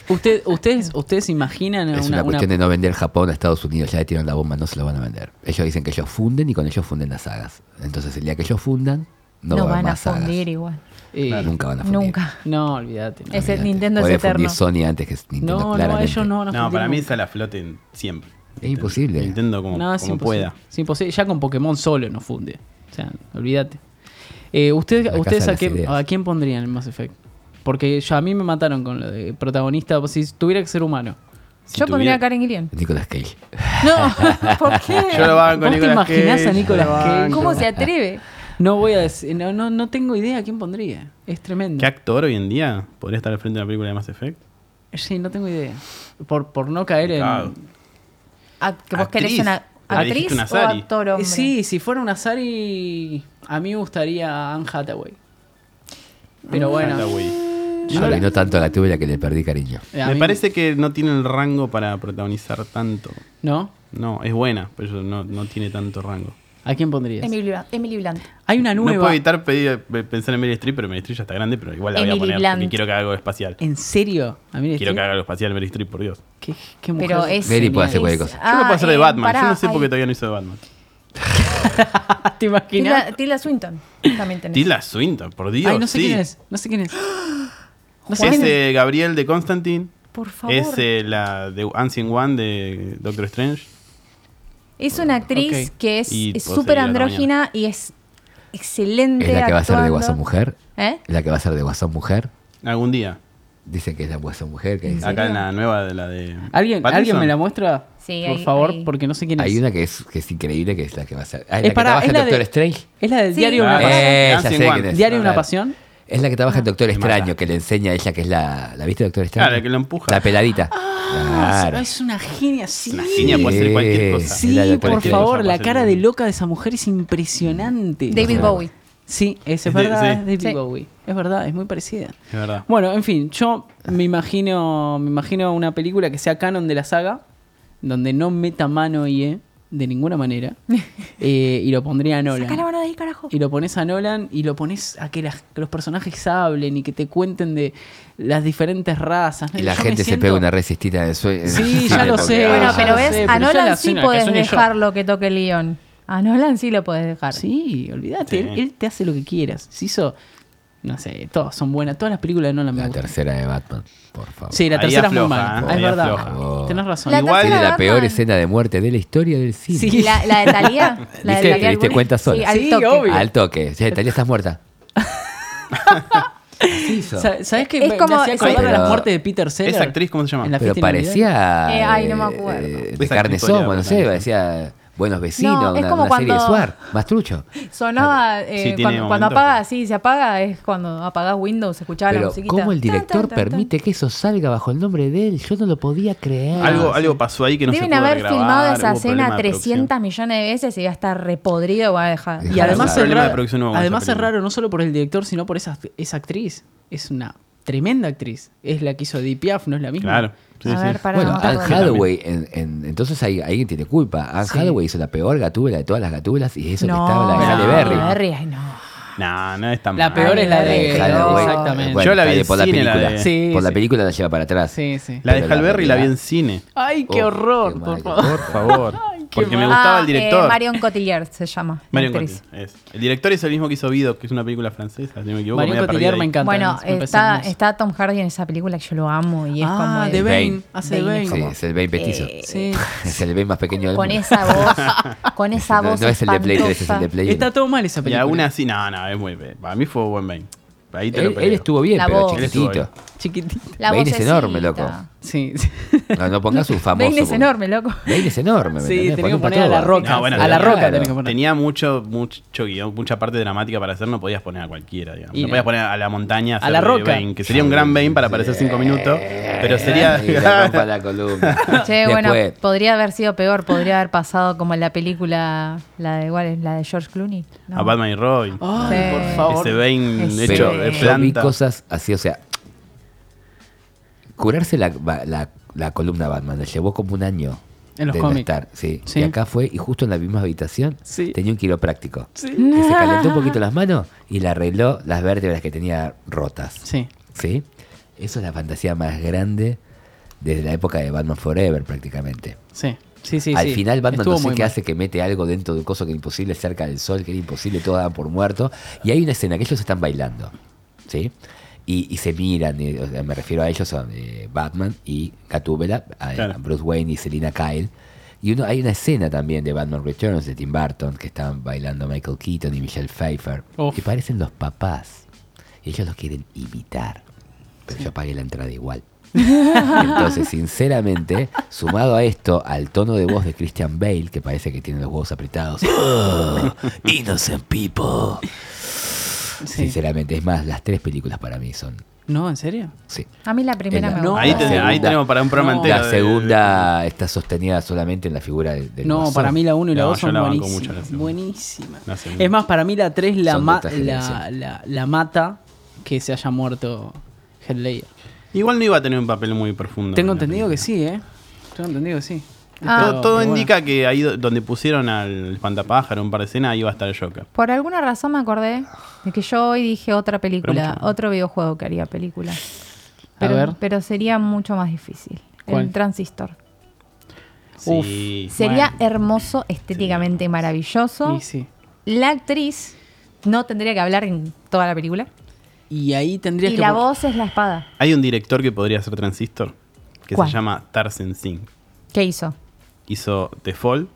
Usted, ustedes, ustedes imaginan es una, cuestión de no vender Japón a Estados Unidos. Ya le tiraron la bomba, no se lo van a vender. Ellos dicen que ellos funden y con ellos funden las sagas. Entonces el día que ellos fundan, no, No, va a haber van a más sagas. fundir igual. Eh, Nunca van a fundir. Nunca. No, olvídate. no. Es el Olvídate. Nintendo es Podría eterno. fundir Sony antes que Nintendo, No, no, claramente. ellos no van a No, fundir para mí nunca. esa la floten siempre. Es imposible. Nintendo como, No, es como imposible. pueda. Es imposible. Ya con Pokémon solo no funde. O sea, olvídate. Eh, ¿usted- Fracasan ¿Ustedes a las quién, ideas. a quién pondrían en Mass Effect? Porque ya a mí me mataron con lo de protagonista. Si tuviera que ser (laughs) humano. Si Yo pondría tuviera- a Karen Gillian. Nicolas Cage. No, ¿por Yo lo qué? banco ¿Vos te Nicolas Cage, imaginás a yo lo Nicolas Cage? banco. ¿Cómo se Ah. atreve? No voy a decir. No, no, no tengo idea a quién pondría. Es tremendo. ¿Qué actor hoy en día podría estar al frente de una película de Mass Effect? Sí, no tengo idea. Por, por no caer en. Claro. ¿A- Ah, que ¿Vos querés Actriz. una Pero dijiste actriz una o Sari. actor hombre? Sí, si fuera una Sari, a mí me gustaría a Anne Hathaway. Pero bueno, Hathaway. Yo no, tanto a la tuya que le perdí cariño. Eh, a Me mí- parece que no tiene el rango para protagonizar tanto. ¿No? No, es buena, pero no, no tiene tanto rango. ¿A quién pondrías? Emily, Blunt- Emily Blunt. Hay una No puedo nueva. evitar pedir- pe- pensar en Meryl Streep, pero Meryl Streep ya está grande, pero igual la voy a Emily poner Blunt. porque quiero que haga algo espacial. ¿En serio? A mí Quiero que haga algo espacial Meryl Streep, por Dios. ¿Qué, qué mujer. Pero es. Mary puede hacer es- cualquier cosa. Yo no puedo hacer de eh, Batman, pará, yo no sé por qué hay- todavía no hizo de Batman. (laughs) ¿Te imaginas? Tilda, Tilda Swinton también tenés. Tilda Swinton, por Dios. Ay, no sé sí. quién es. No sé quién es. No sé Es quién es. eh, Gabriel de Constantine. Por favor. Es eh, la de Ancient One de Doctor Strange. Es una actriz Ok. que es Y es puedo súper seguir hasta andrógina y es excelente. Es la que va a ser de actuando. Guasón Mujer. ¿Eh? Es la que va a ser de Guasón Mujer. Algún día. Dicen que es la Guasón Mujer. Que es- Acá en la nueva de la de. ¿Alguien, Pattinson. ¿Alguien me la muestra? Sí, por hay- favor, hay- porque no sé quién es. Hay una que es, que es increíble, que es la que va a ser. Ah, es Mm. Es para- la que trabaja es en la Doctor de- Strange. Es la del Sí. diario Ah, Una es Pasión. Eh, ya Dancing sé One. quién es. ¿Diario Una Claro. Pasión? Ah. Es la que trabaja en Doctor mata. Extraño, que le enseña a ella que es la. ¿La viste, Doctor Extraño? Ah, la que lo empuja. La peladita. Ah, claro. Es una genia, sí. Una genia puede ser cualquier cosa. Es la Sí, de Doctor por Strange. favor, Cosa la pasa cara en de el- loca de esa mujer es impresionante. David Bowie. Sí, ese es Es de- verdad, sí. es David Sí. Bowie. Es verdad, es muy parecida. Es verdad. Bueno, en fin, yo me imagino, me imagino una película que sea canon de la saga, donde no meta mano IE de ninguna (laughs) manera, eh, y lo pondría a Sacá la Nolan. mano de ahí, carajo. Y lo pones a Nolan y lo pones a que, las- que los personajes hablen y que te cuenten de las diferentes razas. ¿no? Y la Yo me gente se siento- pega una resistita en el sueño. Sí, ya lo sé. Bueno, Ah, pero no ves, sé, pero a ya Nolan la sí escena que podés suene yo. dejarlo que toque el guión. A Nolan sí lo podés dejar. Sí, olvídate, Sí. Él, él te hace lo que quieras. Se hizo, no sé, todas son buenas, todas las películas de Nolan me La gustan. tercera de Batman, por favor. Sí, la Ahí tercera es muy afloja, mala. ¿eh? Ah, es Ahí verdad. afloja. Tenés razón. La Igual- tercera Tiene la Batman. peor escena de muerte de la historia del cine. Sí. La, la de (laughs) Talía. La de Viste, Thalía te diste Al- cuenta Sí, sola. al Sí, toque. obvio. Al toque. Ya, Talía, estás muerta. Así hizo. Sa- ¿Sabes qué? Es Me- como- me hacía acordar Pero- a la muerte de Peter Sellers. ¿Esa actriz cómo se llama? En la Pero fiesta de Navidad. parecía. Eh, ay, no me eh, acuerdo. de Esa carne historia soma, no sé. británica. Parecía buenos vecinos, No, es una, como una serie de cuando- Suar. Mastrucho. Ah, Sonaba, eh, Sí, tiene cuando, cuando momentos apaga, que- sí, se apaga, es cuando apagás Windows, escuchaba la Pero, musiquita. ¿cómo Tan, el director tan, tan, tan. permite que eso salga bajo el nombre de él? Yo no lo podía creer. Algo, algo pasó ahí que no Deben se pudo haber regrabar, filmado esa hubo problema escena de 300 millones de veces y va a estar repodrido. Va a dejar. Y Y además, Claro, es problema de raro, producción hubo con además esa es película. raro no solo por el director, sino por esa, esa actriz. Es una tremenda actriz. Es la que hizo Edith Piaf, no es la producción. misma. Claro. Sí, A sí. ver, para Bueno, no, Anne perdón. Hathaway, en- en- entonces ahí, alguien tiene culpa. Anne Sí. Hathaway hizo la peor gatúbela de todas las gatúbelas y eso que No, estaba la de Halle no. Berry. Halle Berry, ay, no. No, no es tan La mal. peor es la de... Ay, no. Exactamente. Bueno, Yo la vi está en por la cine, la película. de- Sí, por la sí. película la lleva para atrás. Sí, sí. La de Pero la Halberry la vi realidad- en cine. Ay, qué Oh, horror, qué por mal, favor. Por (laughs) favor. porque me mal. gustaba Ah, el eh, director. Marion Cotillard se llama. la Marion actriz. Cotillard, es. El director es el mismo que hizo Vido, que es una película francesa, si no me equivoco. Marion me había Cotillard perdido me ahí. encanta. Bueno, me parece está, hermosa. está Tom Hardy en esa película que yo lo amo y es como. Ah, el- de Bane. Bane. Hace de Bane. Bane. Sí, Como- es el Bane petizo. Eh, (laughs) Sí. Es el Bane más pequeño del con mundo. esa voz. (laughs) con esa No, voz. no es el de Play 3, es el de espantosa. Play 1. Está todo mal esa Y película. aún así, no, no, es muy. Para mí fue buen Bane. Ahí te lo Él, peleo. él estuvo bien, La pero voz. chiquitito. Él estuvo chiquitita. La Bane es vocecita. enorme, loco. Sí. sí. No, no pongas un famoso. Bane es enorme, loco. Bane es enorme. ¿me Sí, entendés? tenés que Poné un poner a la patoba. roca. a la claro. roca tenés que poner. Tenía mucho, mucho guión, mucha parte dramática para hacer, no podías poner a cualquiera, digamos. Y no no. podías poner a la montaña A la hacer de roca. Bane, que sería un gran Bane para aparecer cinco minutos, pero sería... Eh, Y (laughs) le rompa la columna. (laughs) Che, Después, bueno, podría haber sido peor, podría haber pasado como en la película, la de igual es la de George Clooney. ¿no? (laughs) a Batman y Robin. Ay, Sí. Oh, por favor. Ese Bane Ese hecho pero de yo vi planta. cosas así, o sea, curarse la, ba- la- la columna Batman le llevó como un año. En los de cómics. estar, sí. Sí. Y acá fue, y justo en la misma habitación, Sí. tenía un quiropráctico. Sí. Que se calentó un (laughs) poquito las manos y le arregló las vértebras que tenía rotas. Sí. ¿Sí? Eso es la fantasía más grande desde la época de Batman Forever, prácticamente. Sí, sí, sí. Al sí. final Batman Estuvo no sé muy qué mal. hace que mete algo dentro de un coso que era imposible cerca del sol, que era imposible, todo daban por muerto. Y hay una escena que ellos están bailando, ¿sí? Y, y se miran, y, o sea, me refiero a ellos, son eh, Batman y Catúbela, a- a Claro. Bruce Wayne y Selina Kyle. Y uno, hay una escena también de Batman Returns de Tim Burton que están bailando Michael Keaton y Michelle Pfeiffer, Uf. que parecen los papás. Y ellos los quieren imitar. Pero yo pagué la entrada igual. Entonces, sinceramente, sumado a esto, al tono de voz de Christian Bale, que parece que tiene los huevos apretados. "Oh, (gasps) innocent people. Sí. Sinceramente, es más, las tres películas para mí son. No, ¿en serio? Sí. A mí la primera En la- me No. gusta. Ahí, ten- La ahí segunda- tenemos para un programa No. entero. La de- segunda está sostenida solamente en la figura del. del No, guasón. para mí la 1 y la No, 2 yo son la banco mucho la buenísimas. segunda. Buenísimas. La segunda. Es más, para mí la 3 la, Son de ma- otra la, generación. la, la mata que se haya muerto Headlayer. Igual no iba a tener un papel muy profundo. Tengo en la entendido que película. sí, ¿eh? Tengo entendido que sí. Ah. Todo, todo pero bueno. indica que ahí do- donde pusieron al espantapájaro un par de escenas, ahí iba a estar el Joker. Por alguna razón me acordé de que yo hoy dije otra Pero película, mucho. otro videojuego que haría película. Pero, ver. pero sería mucho más difícil. ¿Cuál? El transistor. Uf. Sí. Sería hermoso, estéticamente maravilloso. Y sí. La actriz no tendría que hablar en toda la película. Y ahí tendrías Y que. la pon- voz es la espada. Hay un director que podría ser Transistor, que ¿Cuál? se llama Tarsen Singh. ¿Qué hizo? Hizo The Fall,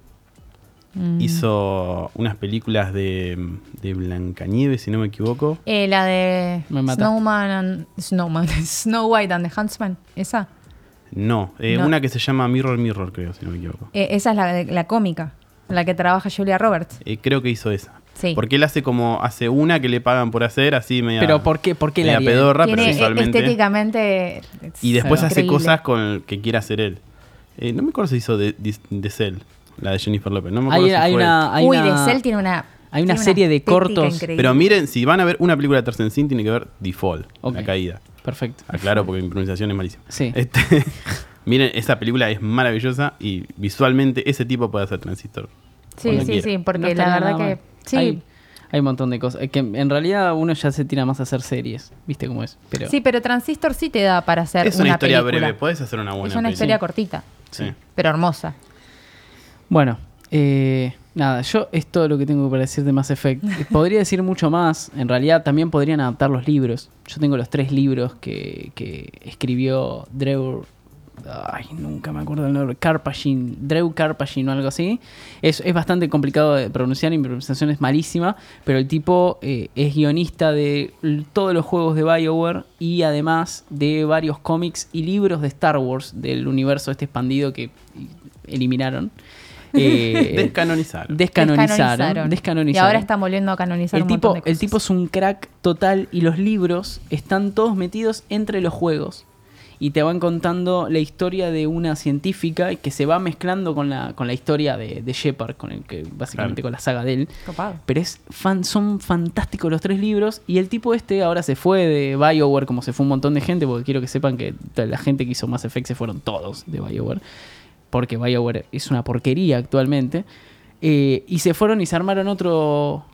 Mm. hizo unas películas de, de Blancanieves, si no me equivoco. Eh, la de Me mataste. Snowman and- Snowman, (laughs) Snow White and the Huntsman. Esa. No, eh, No. una que se llama Mirror Mirror, creo, si no me equivoco. Eh, esa es la, de- la cómica, la que trabaja Julia Roberts. Eh, creo que hizo esa. Sí. Porque él hace como, hace una que le pagan por hacer, así media, Pero ¿por qué? ¿Por qué la media haría? pedorra, pero Tiene visualmente. estéticamente. Y después es hace increíble. cosas con que quiera hacer él. Eh, no me acuerdo si hizo de, de- de Cell, la de Jennifer López. No me acuerdo Hay, si hay fue él. una. Hay Uy, una- de Cell tiene una. hay una tiene serie de estética cortos, increíble. Pero miren, si van a ver una película de Tarzan Sin, tiene que ver Default, Ok. La Caída. Perfecto. Aclaro porque mi pronunciación es malísima. Sí. Este, (laughs) miren, esa película es maravillosa y visualmente ese tipo puede hacer Transistor. Sí, cuando sí, quiera. sí, porque No la estaría verdad nada que. mal. Sí, Hay, hay un montón de cosas. Es Que en realidad uno ya se tira más a hacer series. ¿Viste cómo es? Pero, sí, pero Transistor sí te da para hacer Es una, historia película. breve, puedes hacer una buena es una peli. historia cortita, Sí. pero hermosa. Bueno, eh, nada, yo es todo lo que tengo para decir de Mass Effect. Podría decir mucho más. En realidad, también podrían adaptar los libros. Yo tengo los tres libros que, que escribió Dreu. Ay, nunca me acuerdo el nombre. Karpagin, Dreu Karpagin o algo así. Es, es bastante complicado de pronunciar y mi pronunciación es malísima. Pero el tipo eh, es guionista de l- todos los juegos de Bioware y además de varios cómics y libros de Star Wars del universo este expandido que y- eliminaron. Eh, Descanonizar. descanonizaron. descanonizaron. Y ahora están volviendo a canonizar el un tipo, montón de el cosas. tipo es un crack total y los libros están todos metidos entre los juegos. Y te van contando la historia de una científica que se va mezclando con la, con la historia de, de Shepard, con el que básicamente Claro. con la saga de él. Copado. Pero es fan, son fantásticos los tres libros. Y el tipo este ahora se fue de Bioware, como se fue un montón de gente, porque quiero que sepan que t- la gente que hizo Mass Effect se fueron todos de Bioware. Porque Bioware es una porquería actualmente. Eh, y se fueron y se armaron otro,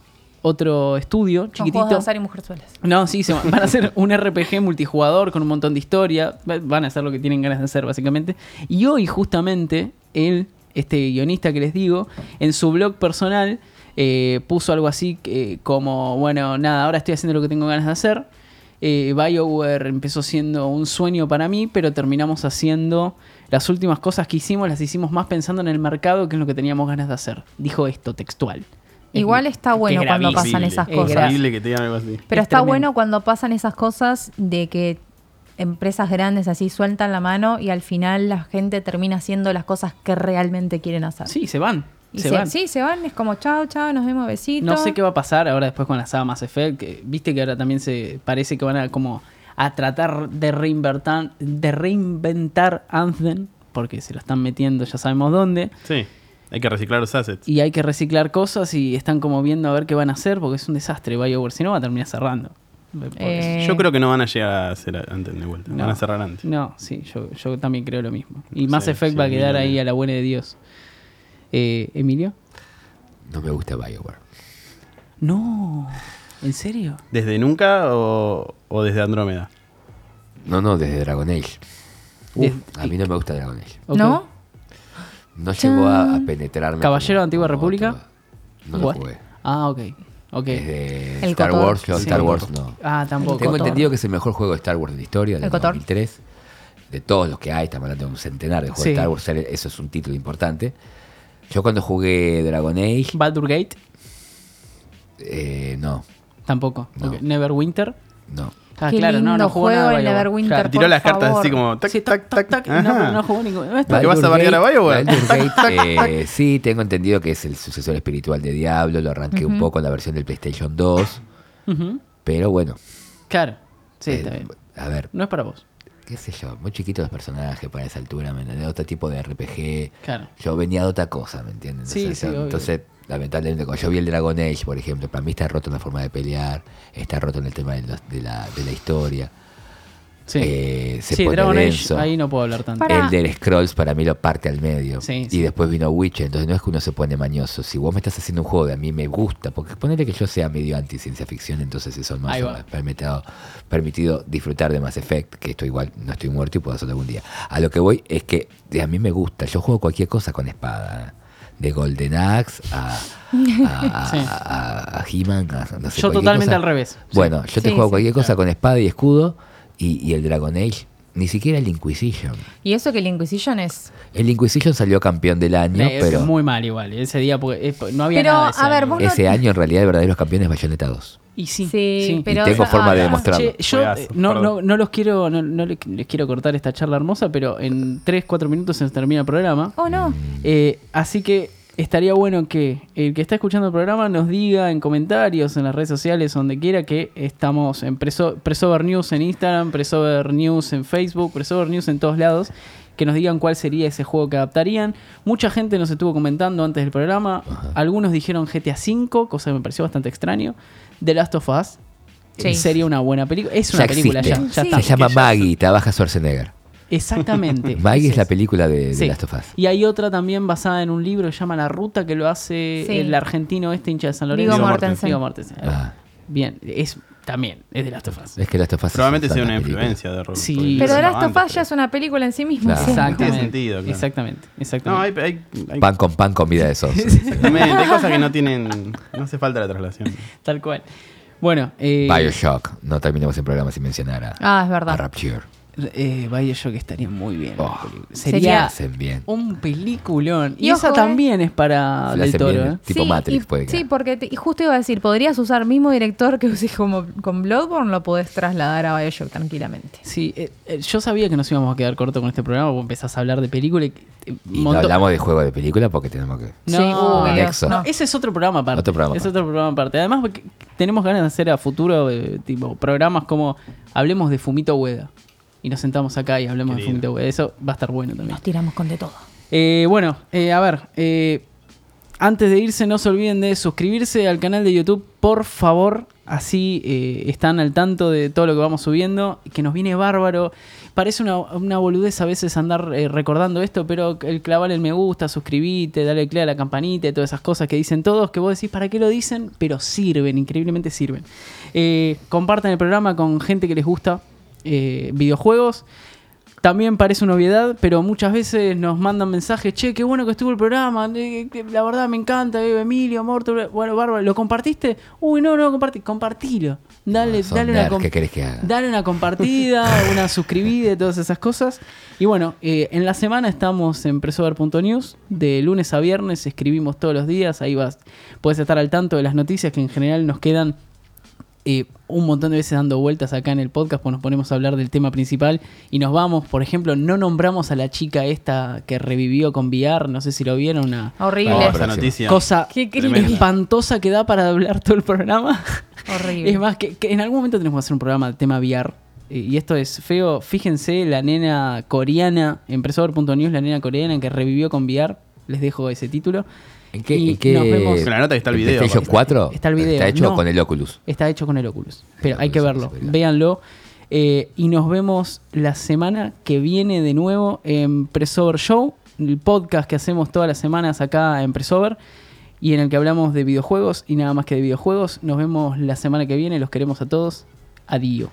otro estudio Con juegos de chiquitito. azar y mujerzuelas. No, sí, se va- van a hacer un RPG multijugador con un montón de historia. Va- Van a hacer lo que tienen ganas de hacer, básicamente. Y hoy, justamente, él, este guionista que les digo, en su blog personal eh, puso algo así que, como: bueno, nada, ahora estoy haciendo lo que tengo ganas de hacer. Eh, BioWare empezó siendo un sueño para mí, pero terminamos haciendo las últimas cosas que hicimos, las hicimos más pensando en el mercado que en lo que teníamos ganas de hacer. Dijo esto textual. Igual Es- está que bueno es cuando gravísimo. pasan Horrible. esas Es cosas. Horrible que te digan algo así. Pero Es está tremendo. bueno cuando pasan esas cosas de que empresas grandes así sueltan la mano y al final la gente termina haciendo las cosas que realmente quieren hacer. Sí, se van. Y Se, van. Sí, se van, es como chao, chao, nos vemos, besitos. No sé qué va a pasar ahora después con la saga Mass Effect. que Viste que ahora también se parece que van a como a tratar de reinventar, de reinventar Anthem, porque se lo están metiendo ya sabemos dónde. Sí, hay que reciclar los assets. Y hay que reciclar cosas y están como viendo a ver qué van a hacer, porque es un desastre BioWare, si no va a terminar cerrando. Porque- Eh, Yo creo que no van a llegar a hacer a- antes de vuelta. No. Van a cerrar antes. No, sí, yo, yo también creo lo mismo. Y No Mass sé, Effect sí, va a quedar mira, ahí mira. a la buena de Dios. Eh, ¿Emilio? No me gusta Bioware. No, ¿en serio? ¿Desde nunca o, o desde Andrómeda? No, no, desde Dragon Age. Des- A mí no me gusta Dragon Age. ok. ¿No? No llegó a, a penetrarme. ¿Caballero como- de Antigua como República? otro. No lo What? jugué. Ah, ok. Ok. Desde El Star Cotor. Wars, yo Sí. Star Wars no. Ah, tampoco. Tengo Cotor. entendido que es el mejor juego de Star Wars de la historia, del El Cotor. 2003. De todos los que hay, estamos hablando de un centenar de juegos Sí. de Star Wars, eso es un título importante. Yo cuando jugué Dragon Age, Baldur Gate, eh, no, tampoco. No. Ok, Neverwinter. no. Ah, Qué claro, no, lindo no jugó juego nada el Bioware. Neverwinter. Claro. Tiró por las cartas favor. así como tac, Sí, tac, tac, No, Ajá. pero no jugó ninguno. No está- ¿Qué vas a Baldur bardear a Gate- Bioware? Baldur Gate, eh, sí, tengo entendido que es el sucesor espiritual de Diablo, lo arranqué un poco en la versión del PlayStation 2, Ujú. pero bueno. Claro. Sí, eh, está bien. a ver, No es para vos. qué sé yo, muy chiquitos los personajes para esa altura, ¿me entendés? Otro tipo de RPG. Claro. Yo venía de otra cosa, ¿me entienden? Sí, O sea, sí, yo- obvio. entonces, lamentablemente, cuando yo vi el Dragon Age, por ejemplo, para mí está roto en la forma de pelear, está roto en el tema de, los- de la, de la historia. Sí. eh, se sí, pone Dragon denso. Age, ahí no puedo hablar tanto. Para- Elder Scrolls para mí lo parte al medio. Sí, y sí. después vino Witcher. Entonces no es que uno se pone mañoso. Si vos me estás haciendo un juego de a mí me gusta, porque ponele que yo sea medio anti ciencia ficción, entonces eso más Ahí o va. menos permitido, permitido disfrutar de Mass Effect, que estoy igual, no estoy muerto y puedo hacerlo algún día. A lo que voy es que de a mí me gusta. Yo juego cualquier cosa con espada. De Golden Axe a, (laughs) a, a- Sí. a- a He-Man, a- no sé, Yo cualquier totalmente cosa. al revés. Sí. Bueno, yo te Sí, juego sí, cualquier cosa con espada y escudo y, y el Dragon Age. Ni siquiera el Inquisition. Y eso que el Inquisition es. El Inquisition salió campeón del año, Eh, pero Muy mal igual. Ese día porque, eh, no había Pero, nada de ese a ver, año. vos- ese año en realidad el verdadero campeón es Bayonetta 2. Y sí. Sí, sí. pero. Y tengo forma de ah, demostrar- Mostrarlo. Che, yo Juegazo, eh, no, perdón. no, no los quiero, no, no le- les quiero cortar esta charla hermosa, pero en 3, 4 minutos se nos termina el programa. Oh, no. Eh, así que estaría bueno que el que está escuchando el programa nos diga en comentarios, en las redes sociales, donde quiera, que estamos en Preso- Presover News en Instagram, Presover News en Facebook, Presover News en todos lados. Que nos digan cuál sería ese juego que adaptarían. Mucha gente nos estuvo comentando antes del programa. Algunos dijeron GTA V, cosa que me pareció bastante extraño. The Last of Us. Sí. Sería una buena película. Es una película ya. ya Sí. está. Se llama Que ya- Maggie, trabaja Schwarzenegger. (laughs) Exactamente. Maggie es, Ese la película de, de Sí. Last of Us. Y hay otra también basada en un libro que se llama La Ruta, que lo hace Sí. el argentino este hincha de San Lorenzo. Viggo Viggo Mortensen. Viggo Mortensen. Ah, Bien, es también, es de Last of Us. es que Last of Us Probablemente es sea una película. influencia de Rob. Sí. porque Pero Pero lo The hizo Last of Us antes, ya es una película en sí misma. Claro. sí. Exacto. Exactamente. tiene sentido, claro. Exactamente, pero- No, exactamente. hay, hay, hay- Pan con pan, comida de sos. exactamente, hay cosas que no tienen. No hace falta la traslación. Tal cual. Bueno, eh, Bioshock. No terminamos el programa sin mencionar a, Ah, es verdad. a Rapture. eh, Bioshock estaría muy bien. en la Oh, película. Lo sería hacen bien. un peliculón. Y, Y esa ojo, eh. también es para Se la Del hacen Toro. bien. ¿eh? Tipo Matrix y- puede Sí, quedar. porque te- y justo iba a decir, podrías usar mismo director que usé como con Bloodborne, lo podés trasladar a Bioshock tranquilamente. Sí, eh, eh, yo sabía que nos íbamos a quedar corto con este programa. Vos empezás a hablar de película y, eh, Y no montón- hablamos de juego de película porque tenemos que. No, Sí, no, obvio, anexo. No, ese es otro programa aparte. Uh, Otro programa es aparte. otro programa aparte. Además, porque tenemos ganas de hacer a futuro eh, tipo programas como hablemos de Fumito Hueda. Y nos sentamos acá y hablemos de Qué lindo. Fumito Hueda. Eso va a estar bueno también. Nos tiramos con de todo. Eh, bueno, eh, a ver. eh, antes de irse, no se olviden de suscribirse al canal de YouTube, por favor. Así eh, están al tanto de todo lo que vamos subiendo, que nos viene bárbaro. Parece una, una boludez a veces andar eh, recordando esto, pero el clavar el me gusta, suscribite, dale click a la campanita y todas esas cosas que dicen todos, que vos decís para qué lo dicen, pero sirven, increíblemente sirven. Eh, compartan el programa con gente que les gusta eh, videojuegos. También parece una obviedad, pero muchas veces nos mandan mensajes, che, qué bueno que estuvo el programa, eh, que la verdad me encanta, eh, Emilio, Morto, bueno, bárbaro, ¿lo compartiste? Uy, no, no lo compartí, compartilo. Dale, No, son dale, una nerds, com- ¿qué querés que haga? dale una (laughs) compartida, una suscribida, y todas esas cosas. Y bueno, eh, en la semana estamos en presover.news, de lunes a viernes escribimos todos los días, ahí vas, puedes estar al tanto de las noticias que en general nos quedan eh, eh, un montón de veces dando vueltas acá en el podcast, pues nos ponemos a hablar del tema principal y nos vamos, por ejemplo, no nombramos a la chica esta que revivió con VR, no sé si lo vieron, una Horrible. No, esa Próxima. noticia. cosa Qué Tremenda. espantosa que da para hablar todo el programa. Horrible. Es más, que, que en algún momento tenemos que hacer un programa de tema VR. eh, Y esto es feo. Fíjense, la nena coreana, empresador.news, la nena coreana que revivió con VR. Les dejo ese título. ¿En qué? Y en qué nos vemos. Con la nota que está el en video, PlayStation aparte. 4? Está el video, Está hecho no. con el Oculus. Está hecho con el Oculus. Pero hay Oculus que es verlo. superior. Véanlo. eh, y nos vemos la semana que viene de nuevo en Presover Show, el podcast que hacemos todas las semanas acá en Presover y en el que hablamos de videojuegos y nada más que de videojuegos. Nos vemos la semana que viene. Los queremos a todos. Adiós.